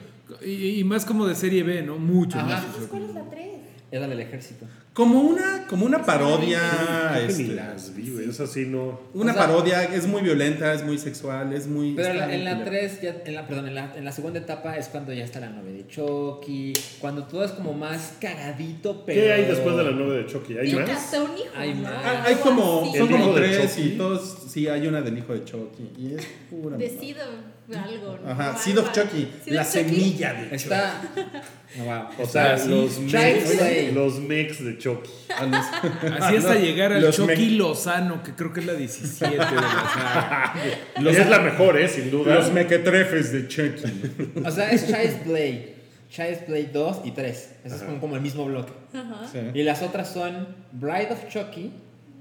D: Y, y más como de serie B, ¿no? Mucho
F: Ajá.
D: más.
G: ¿Cuál es la 3?
F: Es la del ejército.
C: Como una, como una parodia.
F: Ah,
B: Creo que ni
C: este,
B: las vi, güey. Esas sí no.
C: una
F: O sea-
C: parodia, es muy violenta, es muy sexual, es muy.
F: Pero en
C: está
F: la, en
C: muy
F: la
C: culera.
F: 3, ya, en la, perdón, en la, en la segunda etapa es cuando ya está la novia de Chucky, cuando todo es como más cagadito, pero...
B: ¿Qué hay después de la novia de Chucky? ¿Hay
G: Y
B: más?
G: hasta un hijo.
F: Hay
G: ¿no?
F: más.
C: Ah,
G: Algo
C: Hay como,
G: así.
B: El
C: son como
B: hijo de
C: tres
B: Chucky.
C: y todos, sí, hay una del hijo de Chucky. Y es pura.
G: De
C: mamada.
G: Seed of algo. ¿no?
C: Ajá,
G: Algo
C: Seed of
G: así.
C: Chucky,
G: Seed of
C: la
G: Chucky.
C: semilla de Chucky.
F: Está... No, wow.
B: O sea, los
F: Child's Play.
B: mecs, los mecs de Chucky.
C: A los-
D: Así hasta
C: No,
D: llegar al
C: los
D: Chucky
C: me-
D: Lozano, que creo que es la 17 de la saga.
B: Esa es la mejor, ¿eh? Sin duda.
C: Los mequetrefes de Chucky.
F: O sea, es Child's Play. Child's Play 2 y 3. Eso es como, como el mismo bloque.
C: Sí.
F: Y las otras son Bride of Chucky,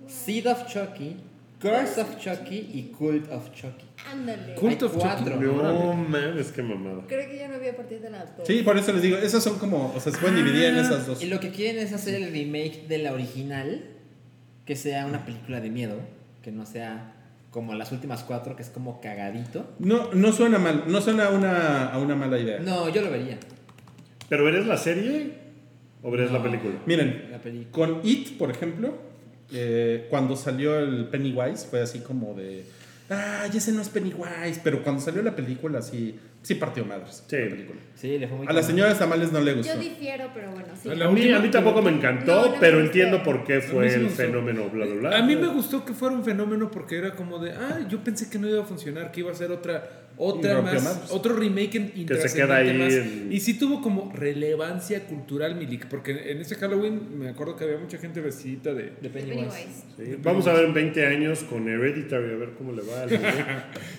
F: Seed of Chucky, Curse of Chucky y Cult of Chucky.
G: Ándale.
D: Cult
F: Hay
D: of Chucky.
F: cuatro.
B: No mames, qué mamada.
G: Creo que yo no vi a partir de las dos.
C: Sí, por eso les digo, esas son como, o sea, se pueden dividir en esas dos.
F: Ah, Y lo que quieren es hacer el remake de la original, que sea una película de miedo, que no sea como las últimas cuatro, que es como cagadito.
C: No, no suena mal, no suena a una, a una mala idea.
F: No, yo lo vería.
B: ¿Pero verías la serie o verías la película?
C: Miren,
F: La película.
C: con It, por ejemplo, eh, cuando salió el Pennywise fue así como de, ah, ya ese no es Pennywise, pero cuando salió la película sí, sí partió madres.
B: Sí.
C: la película.
F: Sí, le fue muy
C: A la
F: cabrón.
C: señora Tamales no le gustó.
G: Yo difiero, pero bueno, sí.
D: A la
B: A mí,
D: última-
B: a mí tampoco me encantó,
G: No, no me
B: pero
G: gustó.
B: entiendo por qué
D: A mí
B: fue
D: sí me
B: el
D: gustó.
B: fenómeno, bla, bla, bla.
D: A mí me gustó que fuera un fenómeno porque era como de, ah, yo pensé que no iba a funcionar, que iba a ser otra,
C: Y
D: otra
C: rompió
D: más,
C: madres.
D: otro remake en-
B: se queda ahí
D: intrascendente más.
B: en-
D: Y sí tuvo como relevancia cultural, Milik, porque en ese Halloween me acuerdo que había mucha gente vestidita de...
F: De Pennywise.
G: Pennywise.
B: Sí, Vamos a ver en 20 años con Hereditary, a ver cómo le va al bebé.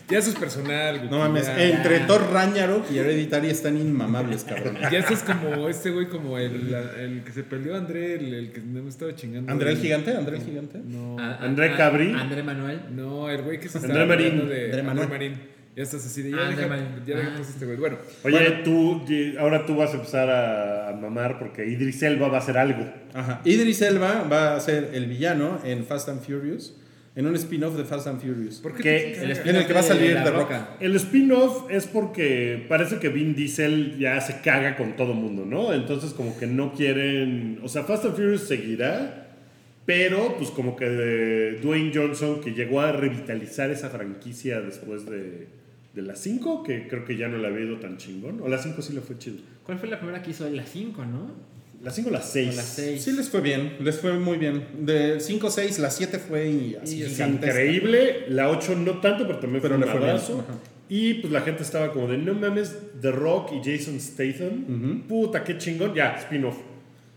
D: Ya eso es personal, Guki,
C: No mames, eh.
D: ya.
C: entre Thor Ragnarok y Hereditary están inmamables, cabrón.
D: Ya estás como este güey, como el, la- el que se peleó André, el, el que me estaba chingando.
C: ¿André el gigante? ¿André el gigante?
D: No,
F: A- a-
B: André
F: a-
B: Cabrí.
F: André Manuel.
D: no, el güey que se
B: André
D: estaba
B: Marín.
D: peleando de
C: André Manuel.
D: Ya estás así de, ya
F: Ah, André
D: deja,
F: Marín.
D: ya deja
F: Ah.
D: pues este güey. Bueno,
B: Oye, tú, y ahora tú vas a empezar a, a mamar porque Idris Elba va a hacer algo.
C: Ajá. Idris Elba va a ser el villano en Fast and Furious, en un spin-off de Fast and Furious.
D: ¿por qué?
B: ¿Qué?
D: te cagas?
B: El
C: En el que va a salir
F: Este La
C: The Rock.
F: Roca.
B: El spin-off es porque parece que Vin Diesel ya se caga con todo mundo, ¿no? Entonces como que no quieren... O sea, Fast and Furious seguirá, pero pues como que eh, Dwayne Johnson, que llegó a revitalizar esa franquicia después de, de las 5, que creo que ya no la había ido tan chingón. O las 5 sí le fue chido.
F: ¿Cuál fue la primera que hizo? La 5, ¿no?
B: Las 5 o las
F: O
B: 6.
F: la 6.
C: Sí les fue bien, les fue muy bien. De 5, 6, la 7 fue y así
B: Es
C: gigantesca.
B: increíble. La 8 no tanto, pero también
C: Pero
B: fue
C: le
B: un
C: fue bien,
B: abrazo.
C: ajá.
B: Y pues la gente estaba como de, no mames, The Rock y Jason Statham. Puta, qué chingón. Ya, spin-off.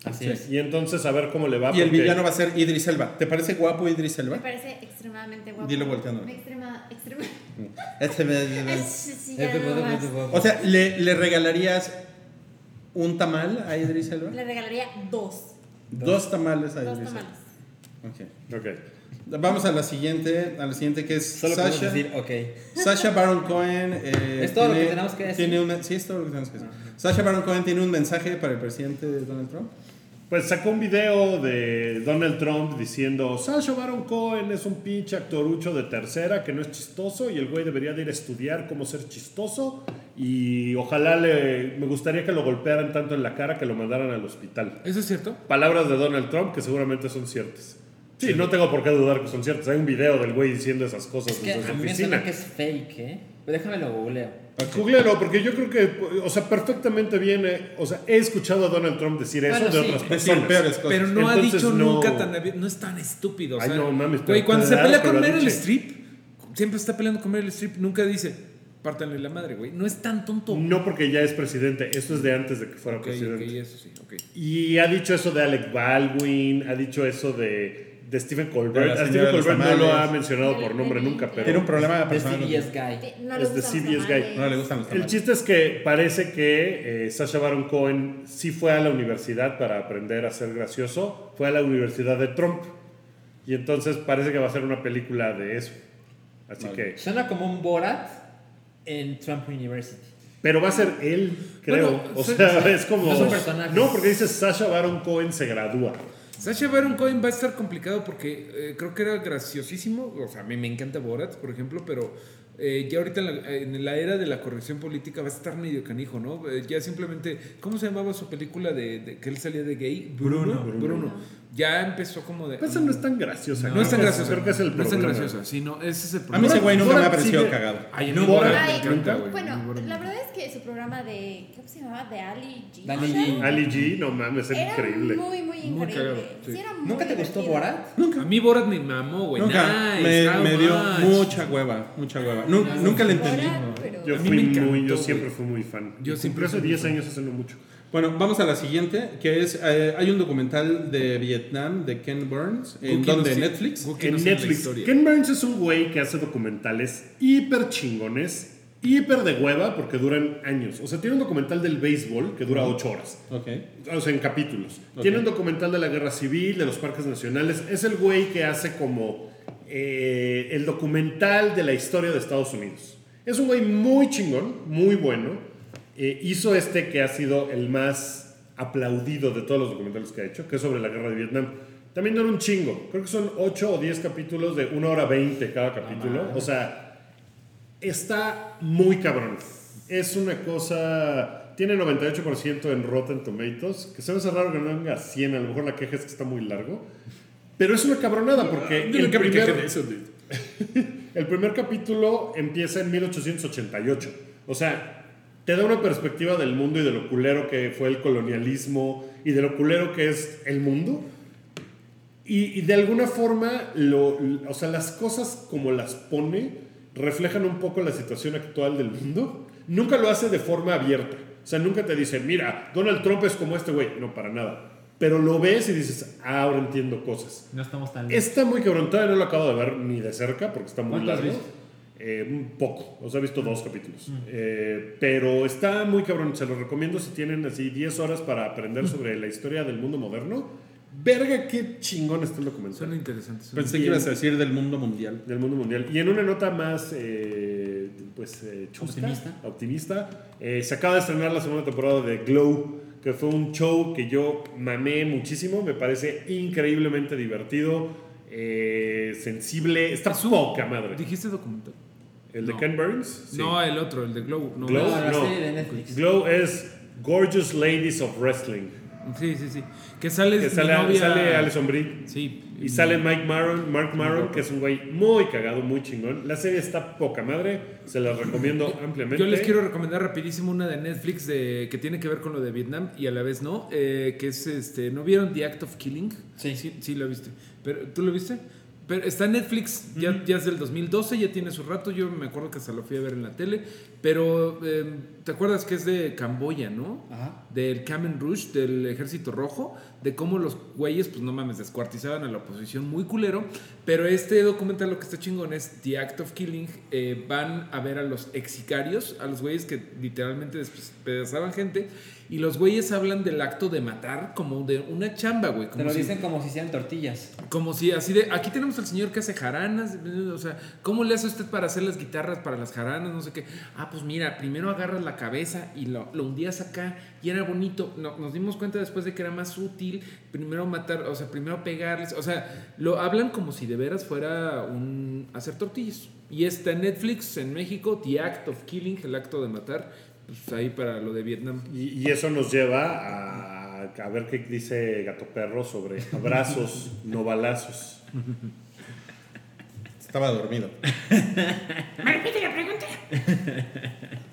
F: Así
C: Sí.
F: es.
B: Y entonces a ver cómo le va.
C: Y el
B: porque
C: villano va a ser Idris Elba. ¿Te parece guapo Idris
G: Me
C: Elba?
G: parece extremadamente guapo.
C: Dilo volteando.
G: Extrema, extrema.
C: Este
G: Ay,
C: me-
G: sí, sí, ya no más.
C: O sea, ¿le, le regalarías un tamal a Idris Elba?
G: Le regalaría dos.
C: Dos tamales a
G: Dos
C: Idris Elba.
G: tamales.
C: Ok.
B: Ok.
C: Vamos a la siguiente, a la siguiente que es
F: Solo podemos
C: Sasha.
F: decir, ok.
C: Sasha Baron Cohen. eh,
F: Es todo lo que tenemos que decir.
C: tiene un men- sí, es todo lo que tenemos que decir. Sasha Baron Cohen tiene un mensaje para el presidente Donald Trump.
B: Pues sacó un video de Donald Trump diciendo, Sasha Baron Cohen es un pinche actorucho de tercera que no es chistoso y el güey debería de ir a estudiar cómo ser chistoso y ojalá le... Me gustaría que lo golpearan tanto en la cara que lo mandaran al hospital.
D: ¿Eso es cierto?
B: Palabras de Donald Trump que seguramente son ciertas. Sí, no tengo por qué dudar que son ciertas. Hay un video del güey diciendo esas cosas
F: Es que
B: desde
F: a
B: su
F: mí me suena
B: oficina.
F: que es fake, ¿eh? Pero déjame lo googleo.
B: Googlelo, Ah, porque yo creo que, o sea, perfectamente viene, o sea, he escuchado a Donald Trump decir eso
F: Bueno,
B: de
F: sí.
B: otras
C: Decir
B: personas.
C: peores cosas.
D: Pero no
B: Entonces,
D: ha dicho
B: no.
D: nunca tan abier- No es tan estúpido. o
B: Ay,
D: sea,
B: no mames, pero
D: Güey, cuando se
B: claro
D: pelea
B: que
D: con
B: lo ha
D: Meryl
B: dicho.
D: Streep, siempre está peleando con Meryl Streep, nunca dice, pártanle la madre, güey. No es tan tonto.
B: No porque ya es presidente, esto es de antes de que fuera
D: Ok, ok,
B: presidente.
D: eso sí, ok.
B: Y ha dicho eso de Alec Baldwin, ha dicho eso de, de Stephen
C: De
B: Colbert.
C: la
B: A
C: señora
B: Stephen
C: de los
B: Colbert no lo ha
C: tamales.
B: mencionado por nombre nunca,
C: Tiene
B: pero
C: un problema
F: The
C: personal.
F: CBS Guy.
G: Te- No le
B: Es de
G: gustan los
B: CBS Guy.
G: tamales.
C: No le gustan los
B: el
C: tamales.
B: chiste es que parece que eh, Sasha Baron Cohen sí fue a la universidad para aprender a ser gracioso, fue a la universidad de Trump. Y entonces parece que va a ser una película de eso. Así que...
F: Suena como un Borat en Trump University.
B: Pero va a ser él, creo.
D: Bueno,
B: o
D: sí,
B: sea,
D: sí.
B: es como...
F: No es un personaje.
B: No, porque dice Sasha Baron Cohen se gradúa.
D: Sasha Baron Cohen va a estar complicado porque eh, creo que era graciosísimo. O sea, a mí me encanta Borat, por ejemplo, pero eh, ya ahorita en la, en la era de la corrección política va a estar medio canijo, ¿no? Eh, ya simplemente, ¿cómo se llamaba su película de, de que él salía de gay?
C: Bruno.
D: Bruno. Ya empezó como de...
B: Pues esa no es tan graciosa.
D: No es tan
B: Creo que-
C: pues,
D: graciosa.
B: Creo que es el
D: No es tan
B: problema.
D: graciosa, sino ese es el
C: A mí
D: problema.
C: ese güey nunca me ha
B: Borat
C: parecido
B: sigue-
C: cagado.
D: Ay,
B: No,
D: no, Borat
B: Borat
D: me
G: Ay,
D: encanta, güey.
G: bueno,
D: Borat.
G: la verdad es que su programa de. ¿Cómo se llamaba? De Ali G.
F: Dali G.
B: Ali G, no mames, es
G: Era
B: increíble.
G: muy, muy increíble.
D: cagado,
G: Sí,
D: sí.
G: era muy
F: ¿Nunca te gustó
G: divertido.
F: Borat?
D: A mí Borat me mamó, güey.
C: Nunca.
D: Nice,
C: me,
D: how
C: me dio
D: much.
C: mucha hueva, mucha hueva. Nu- nunca le entendí.
G: Borat, pero-
B: Yo
D: A mí
B: fui
D: me encantó,
B: muy, yo
D: güey.
B: siempre fui muy fan.
D: Yo
B: Yo
D: siempre
B: siempre hace
D: fui
B: 10
D: fan.
B: años, hace no mucho.
C: Bueno, vamos a la siguiente, que es, eh, hay un documental de Vietnam de Ken Burns, ¿en
D: Cookie
C: donde
D: no sé-
C: Netflix.
D: Cookie no
B: En
D: sé la
B: Netflix.
D: historia.
B: Ken Burns es un güey que hace documentales hiper chingones, hiper de hueva, porque duran años. O sea, tiene un documental del béisbol que dura 8 horas.
C: Ok.
B: O sea, en capítulos.
C: Ok.
B: Tiene un documental de la guerra civil, de los parques nacionales. Es el güey que hace como eh, el documental de la historia de Estados Unidos. Es un güey muy chingón, muy bueno. Eh, hizo este que ha sido el más aplaudido de todos los documentales que ha hecho, que es sobre la guerra de Vietnam. También no era un chingo. Creo que son 8 o 10 capítulos de 1 hora 20 cada capítulo. O sea, está muy cabrón. Es una cosa. Tiene 98% en Rotten Tomatoes, que se me hace raro que no tenga 100, a lo mejor la queja es que está muy largo. Pero es una cabronada porque el primer, el primer capítulo empieza en 1888. O sea, te da una perspectiva del mundo y de lo culero que fue el colonialismo y de lo culero que es el mundo. Y, y de alguna forma, lo, o sea, las cosas como las pone reflejan un poco la situación actual del mundo. Nunca lo hace de forma abierta. O sea, nunca te dicen, mira, Donald Trump es como este güey. No, para nada. Pero lo ves y dices, "Ah, ahora entiendo cosas.
H: No estamos tan lejos.
B: Está muy cabrón. Todavía no lo acabo de ver ni de cerca porque está muy
H: ¿Cuánto has
B: largo.
H: visto?
B: Eh, un poco. O sea, he visto dos capítulos. Eh, pero está muy cabrón. Se los recomiendo si tienen así 10 horas para aprender sobre la historia del mundo moderno. Verga, qué chingón está el documental
D: Suena interesante. suena-
C: Pensé que ibas a decir del mundo mundial.
B: del mundo mundial. Y en una nota más, eh, pues, eh, chusca,
H: Optimista.
B: optimista, eh, se acaba de estrenar la segunda temporada de Glow, que fue un show que yo mamé muchísimo, me parece increíblemente divertido, eh, sensible, está
D: Es un-
B: poca madre.
D: ¿Dijiste documental?
B: El de
D: No.
B: Ken Burns. sí.
D: No, el otro, el de Glow. No,
B: Glow,
F: No, la
B: no.
F: serie de Netflix.
B: Glow es Gorgeous Ladies of Wrestling.
D: Sí, sí, sí. Que sale,
B: Que
D: mi
B: sale,
D: novia-
B: sale Alison Brie.
D: Sí.
B: Y sale Mike Maron, Mark Maron, que es un güey muy cagado, muy chingón. La serie está poca madre, se la recomiendo ampliamente.
D: Yo les quiero recomendar rapidísimo una de Netflix de, que tiene que ver con lo de Vietnam y a la vez no, eh, que es este, ¿no vieron The Act of Killing?
F: Sí.
D: sí, sí lo viste. Pero ¿tú lo viste? Pero está en Netflix, ya, ya es del 2012, ya tiene su rato, yo me acuerdo que hasta lo fui a ver en la tele, pero eh, ¿te acuerdas que es de Camboya, no?
F: Ajá.
D: Del Kamen Rouge, del Ejército Rojo, de cómo los güeyes, pues no mames, descuartizaban a la oposición muy culero, pero este documental lo que está chingón es The Act of Killing, eh, van a ver a los ex sicarios, a los güeyes que literalmente despedazaban gente, y los güeyes hablan del acto de matar como de una chamba, güey.
F: Te
D: como
F: lo
D: si-
F: dicen como si hicieran tortillas.
D: como si así de, aquí tenemos al señor que hace jaranas, o sea, ¿cómo le hace usted para hacer las guitarras para las jaranas? No sé qué. Ah, pues mira, primero agarras la cabeza y lo, lo hundías acá y era bonito. No, nos dimos cuenta después de que era más útil primero matar, o sea, primero pegarles, o sea, lo hablan como si de veras fuera un hacer tortillas. Y está en Netflix en México, The Act of Killing, el acto de matar, pues ahí para lo de Vietnam.
B: Y, y eso nos lleva a, a ver qué dice Gato Perro sobre abrazos, no balazos.
C: Estaba dormido.
E: ¿Me repite la pregunta?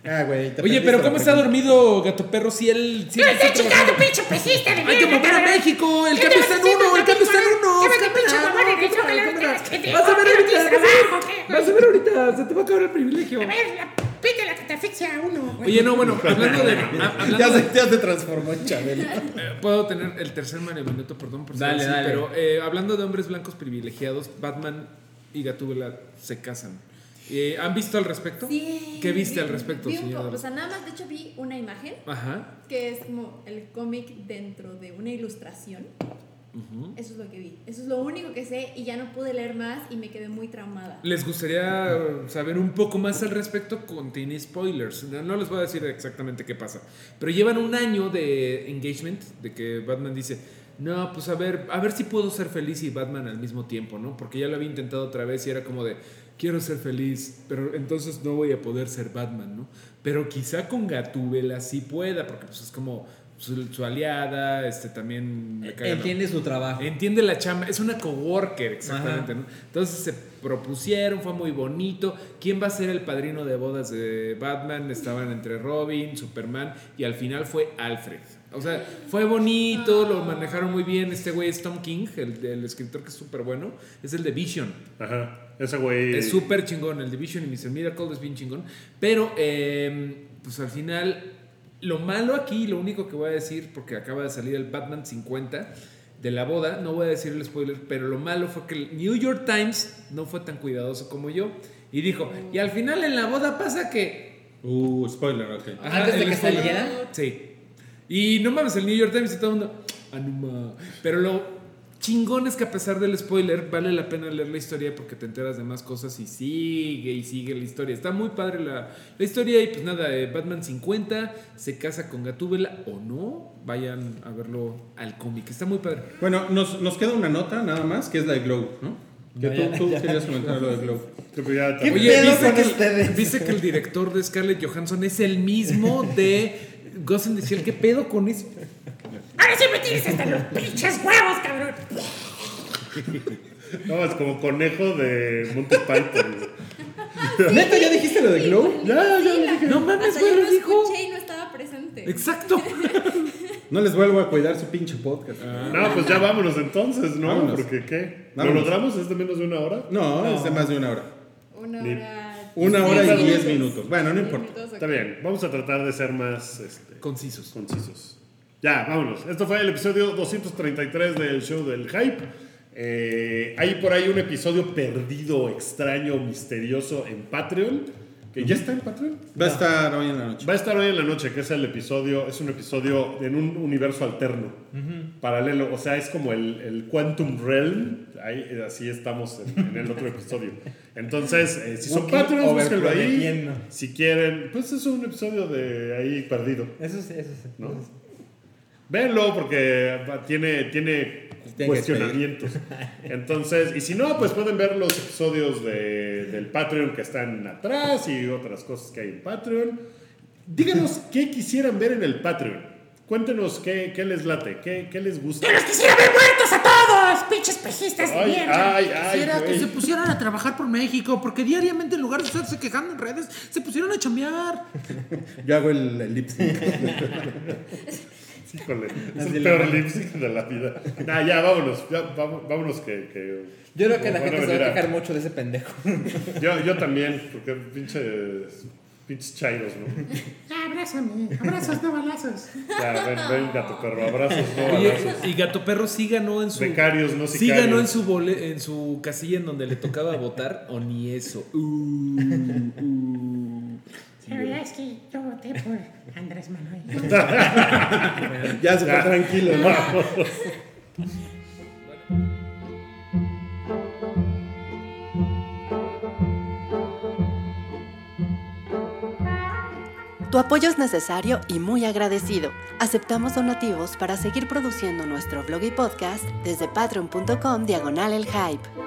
C: Ah, güey. te
D: Oye,
C: perdiste
D: pero
C: la
D: ¿cómo está
C: pregunta.
D: dormido Gato Perro si él... Si
E: ¡Yo
D: él
E: estoy
D: está
E: chingando,
D: trabajando?
E: pinche pesista de
D: Hay que
E: mierda,
D: mover a
E: cabrón!
D: México, el
E: ¿Qué
D: cambio
E: te
D: está en
E: vas a hacer,
D: uno, el
E: papi,
D: cambio está en
E: cabrón?
D: uno.
E: Llévate, pinche
D: cámara,
E: mamón,
D: cámara,
E: que choca la
D: cámara.
E: hora que te-
D: Vas a ver ahorita, vas
E: Tienes
D: a
E: trabajo,
D: ver,
E: ¿qué?
D: vas a ver ahorita, se te va a acabar el privilegio.
E: A ver, la pita la que te asfixia a uno, güey.
D: Oye, no, bueno, hablando de... a- hablando
C: Ya
D: de-
C: se, ya se transformó en Chabelo.
D: Eh, Puedo tener el tercer Mario Minuto, perdón por ser
F: Dale,
D: así,
F: dale.
D: pero eh, hablando de hombres blancos privilegiados, Batman y Gatúbela se casan. Eh, ¿Han visto al respecto?
G: Sí,
D: ¿Qué viste
G: vi-
D: al respecto,
G: vi un po-
D: señora?
G: O sea, nada más, de hecho, vi una imagen
D: Ajá.
G: que es como el cómic dentro de una ilustración. Eso es lo que vi. Eso es lo único que sé y ya no pude leer más y me quedé muy traumada.
D: Les gustaría eh, saber un poco más al respecto, contiene spoilers. No, no les voy a decir exactamente qué pasa. Pero llevan un año de engagement, de que Batman dice, no, pues a ver, a ver si puedo ser feliz y Batman al mismo tiempo, ¿no? Porque ya lo había intentado otra vez y era como de, quiero ser feliz, pero entonces no voy a poder ser Batman, ¿no? Pero quizá con Gatúbela sí pueda, porque pues es como su, su aliada, este también... me caga, ¿no?
F: Entiende su trabajo.
D: Entiende la chamba, es una coworker, exactamente,
F: Ajá.
D: ¿no? Entonces se propusieron, fue muy bonito. ¿Quién va a ser el padrino de bodas de Batman? Estaban entre Robin, Superman y al final fue Alfred. O sea, fue bonito, lo manejaron muy bien. Este güey es Tom King, el, el escritor que es súper bueno. Es el de Vision.
B: Ajá. Ese güey.
D: Es súper chingón. El Division y Mr. Miracle es bien chingón. Pero, eh, pues al final, lo malo aquí, lo único que voy a decir, porque acaba de salir el Batman 50 de la boda, no voy a decir el spoiler, pero lo malo fue que el New York Times no fue tan cuidadoso como yo. Y dijo, y al final en la boda pasa que...
C: Uh, spoiler, ok.
D: Ajá,
F: Antes de
D: el
F: que
D: spoiler-
F: saliera.
D: Sí. Y no mames, el New York Times y todo el mundo. Anuma. Pero lo chingón es que a pesar del spoiler, vale la pena leer la historia porque te enteras de más cosas y sigue y sigue la historia. Está muy padre la, la historia y pues nada, eh, Batman 50 se casa con Gatúbela o no. Vayan a verlo al cómic. Está muy padre.
C: Bueno, nos, nos queda una nota nada más, que es la de Glow, ¿no? Que
F: No, ya,
C: tú, tú
F: ya.
C: querías comentar lo de Glow.
B: Sí, pues ya
F: ¿Qué
B: también.
F: pedo con
D: que, el,
F: ustedes?
D: viste que el director de Scarlett Johansson es el mismo de Ghost in the Shell. ¿Qué pedo con eso?
E: Ahora sí me tienes hasta los pinches huevos, cabrón.
B: No, es como conejo de Monty Python. güey.
C: ¿Neta ya dijiste lo de Glow?
G: Ya, ya,
D: No mames,
G: Hasta
D: güey,
G: yo
D: lo
G: lo
D: dijo.
G: escuché y no estaba presente.
D: Exacto.
C: No les vuelvo a cuidar su pinche podcast.
B: No, pues ya vámonos entonces, ¿no?
C: Vámonos.
B: Porque ¿qué? ¿Lo
C: Vámonos.
B: logramos? ¿Es de menos de una hora?
C: No, es de más de una hora.
G: Una
B: Ni-
G: hora.
C: Una
G: diez
C: hora y
G: minutos.
C: diez minutos. Bueno, no
G: Diez
C: importa.
G: minutos, ok.
B: Está bien, vamos a tratar de ser más este,
D: Concisos.
B: concisos. Ya, vámonos. Esto fue el episodio 233 del show del hype. Eh, hay por ahí un episodio perdido, extraño, misterioso en Patreon. Que ya está en Patreon.
C: Va a estar hoy en la noche.
B: Va a estar hoy en la noche, que es el episodio, es un episodio en un universo alterno, paralelo, o sea, es como el, el Quantum Realm, ahí, eh, así estamos en, en el otro episodio. Entonces, eh, si son
F: Wookiee
B: patrons, búsquenlo ahí.
F: overprometiendo.
B: Si quieren, pues es un episodio de ahí perdido.
F: Eso sí, eso sí.
B: ¿No? Venlo porque va- tiene, tiene
C: que
B: cuestionamientos. Entonces, y si no, pues pueden ver los episodios de- del Patreon que están atrás y otras cosas que hay en Patreon. Díganos qué quisieran ver en el Patreon. Cuéntenos qué, qué les late, qué, qué les gusta.
E: Yo los quisiera ver muertos a todos, pinches pejistas de
B: Ay,
E: mierda.
B: ay, ay.
I: Quisiera que
B: güey.
I: se pusieran a trabajar por México, porque diariamente en lugar de estarse quejando en redes, se pusieron a chambear.
C: Yo hago el, el lip sync.
B: Híjole, es
F: Así
B: el
F: le
B: peor
F: van.
B: lipstick de la vida. Nah, ya, vámonos. ya, vamo- vámonos que. que
F: Yo creo que la
B: van
F: gente se va
B: venir
F: a quejar mucho de ese pendejo.
B: Yo, yo también, porque pinches, pinches chairos, ¿no?
E: Ya, abrázame. Abrazos, no balazos.
B: Ya, ven, ven, gato perro, abrazos, no
D: Oye,
B: abrazos.
D: y Gato Perro sí ganó en su.
B: Becarios, no
D: sí
B: sicarios.
D: ganó en su, bole- en su casilla en donde le tocaba votar, o ni eso. Uh, uh.
E: La verdad es que yo voté por Andrés Manuel.
C: ya se fue tranquilo. ¿no?
A: Tu apoyo es necesario y muy agradecido. Aceptamos donativos para seguir produciendo nuestro blog y podcast desde patreon.com diagonal el hype.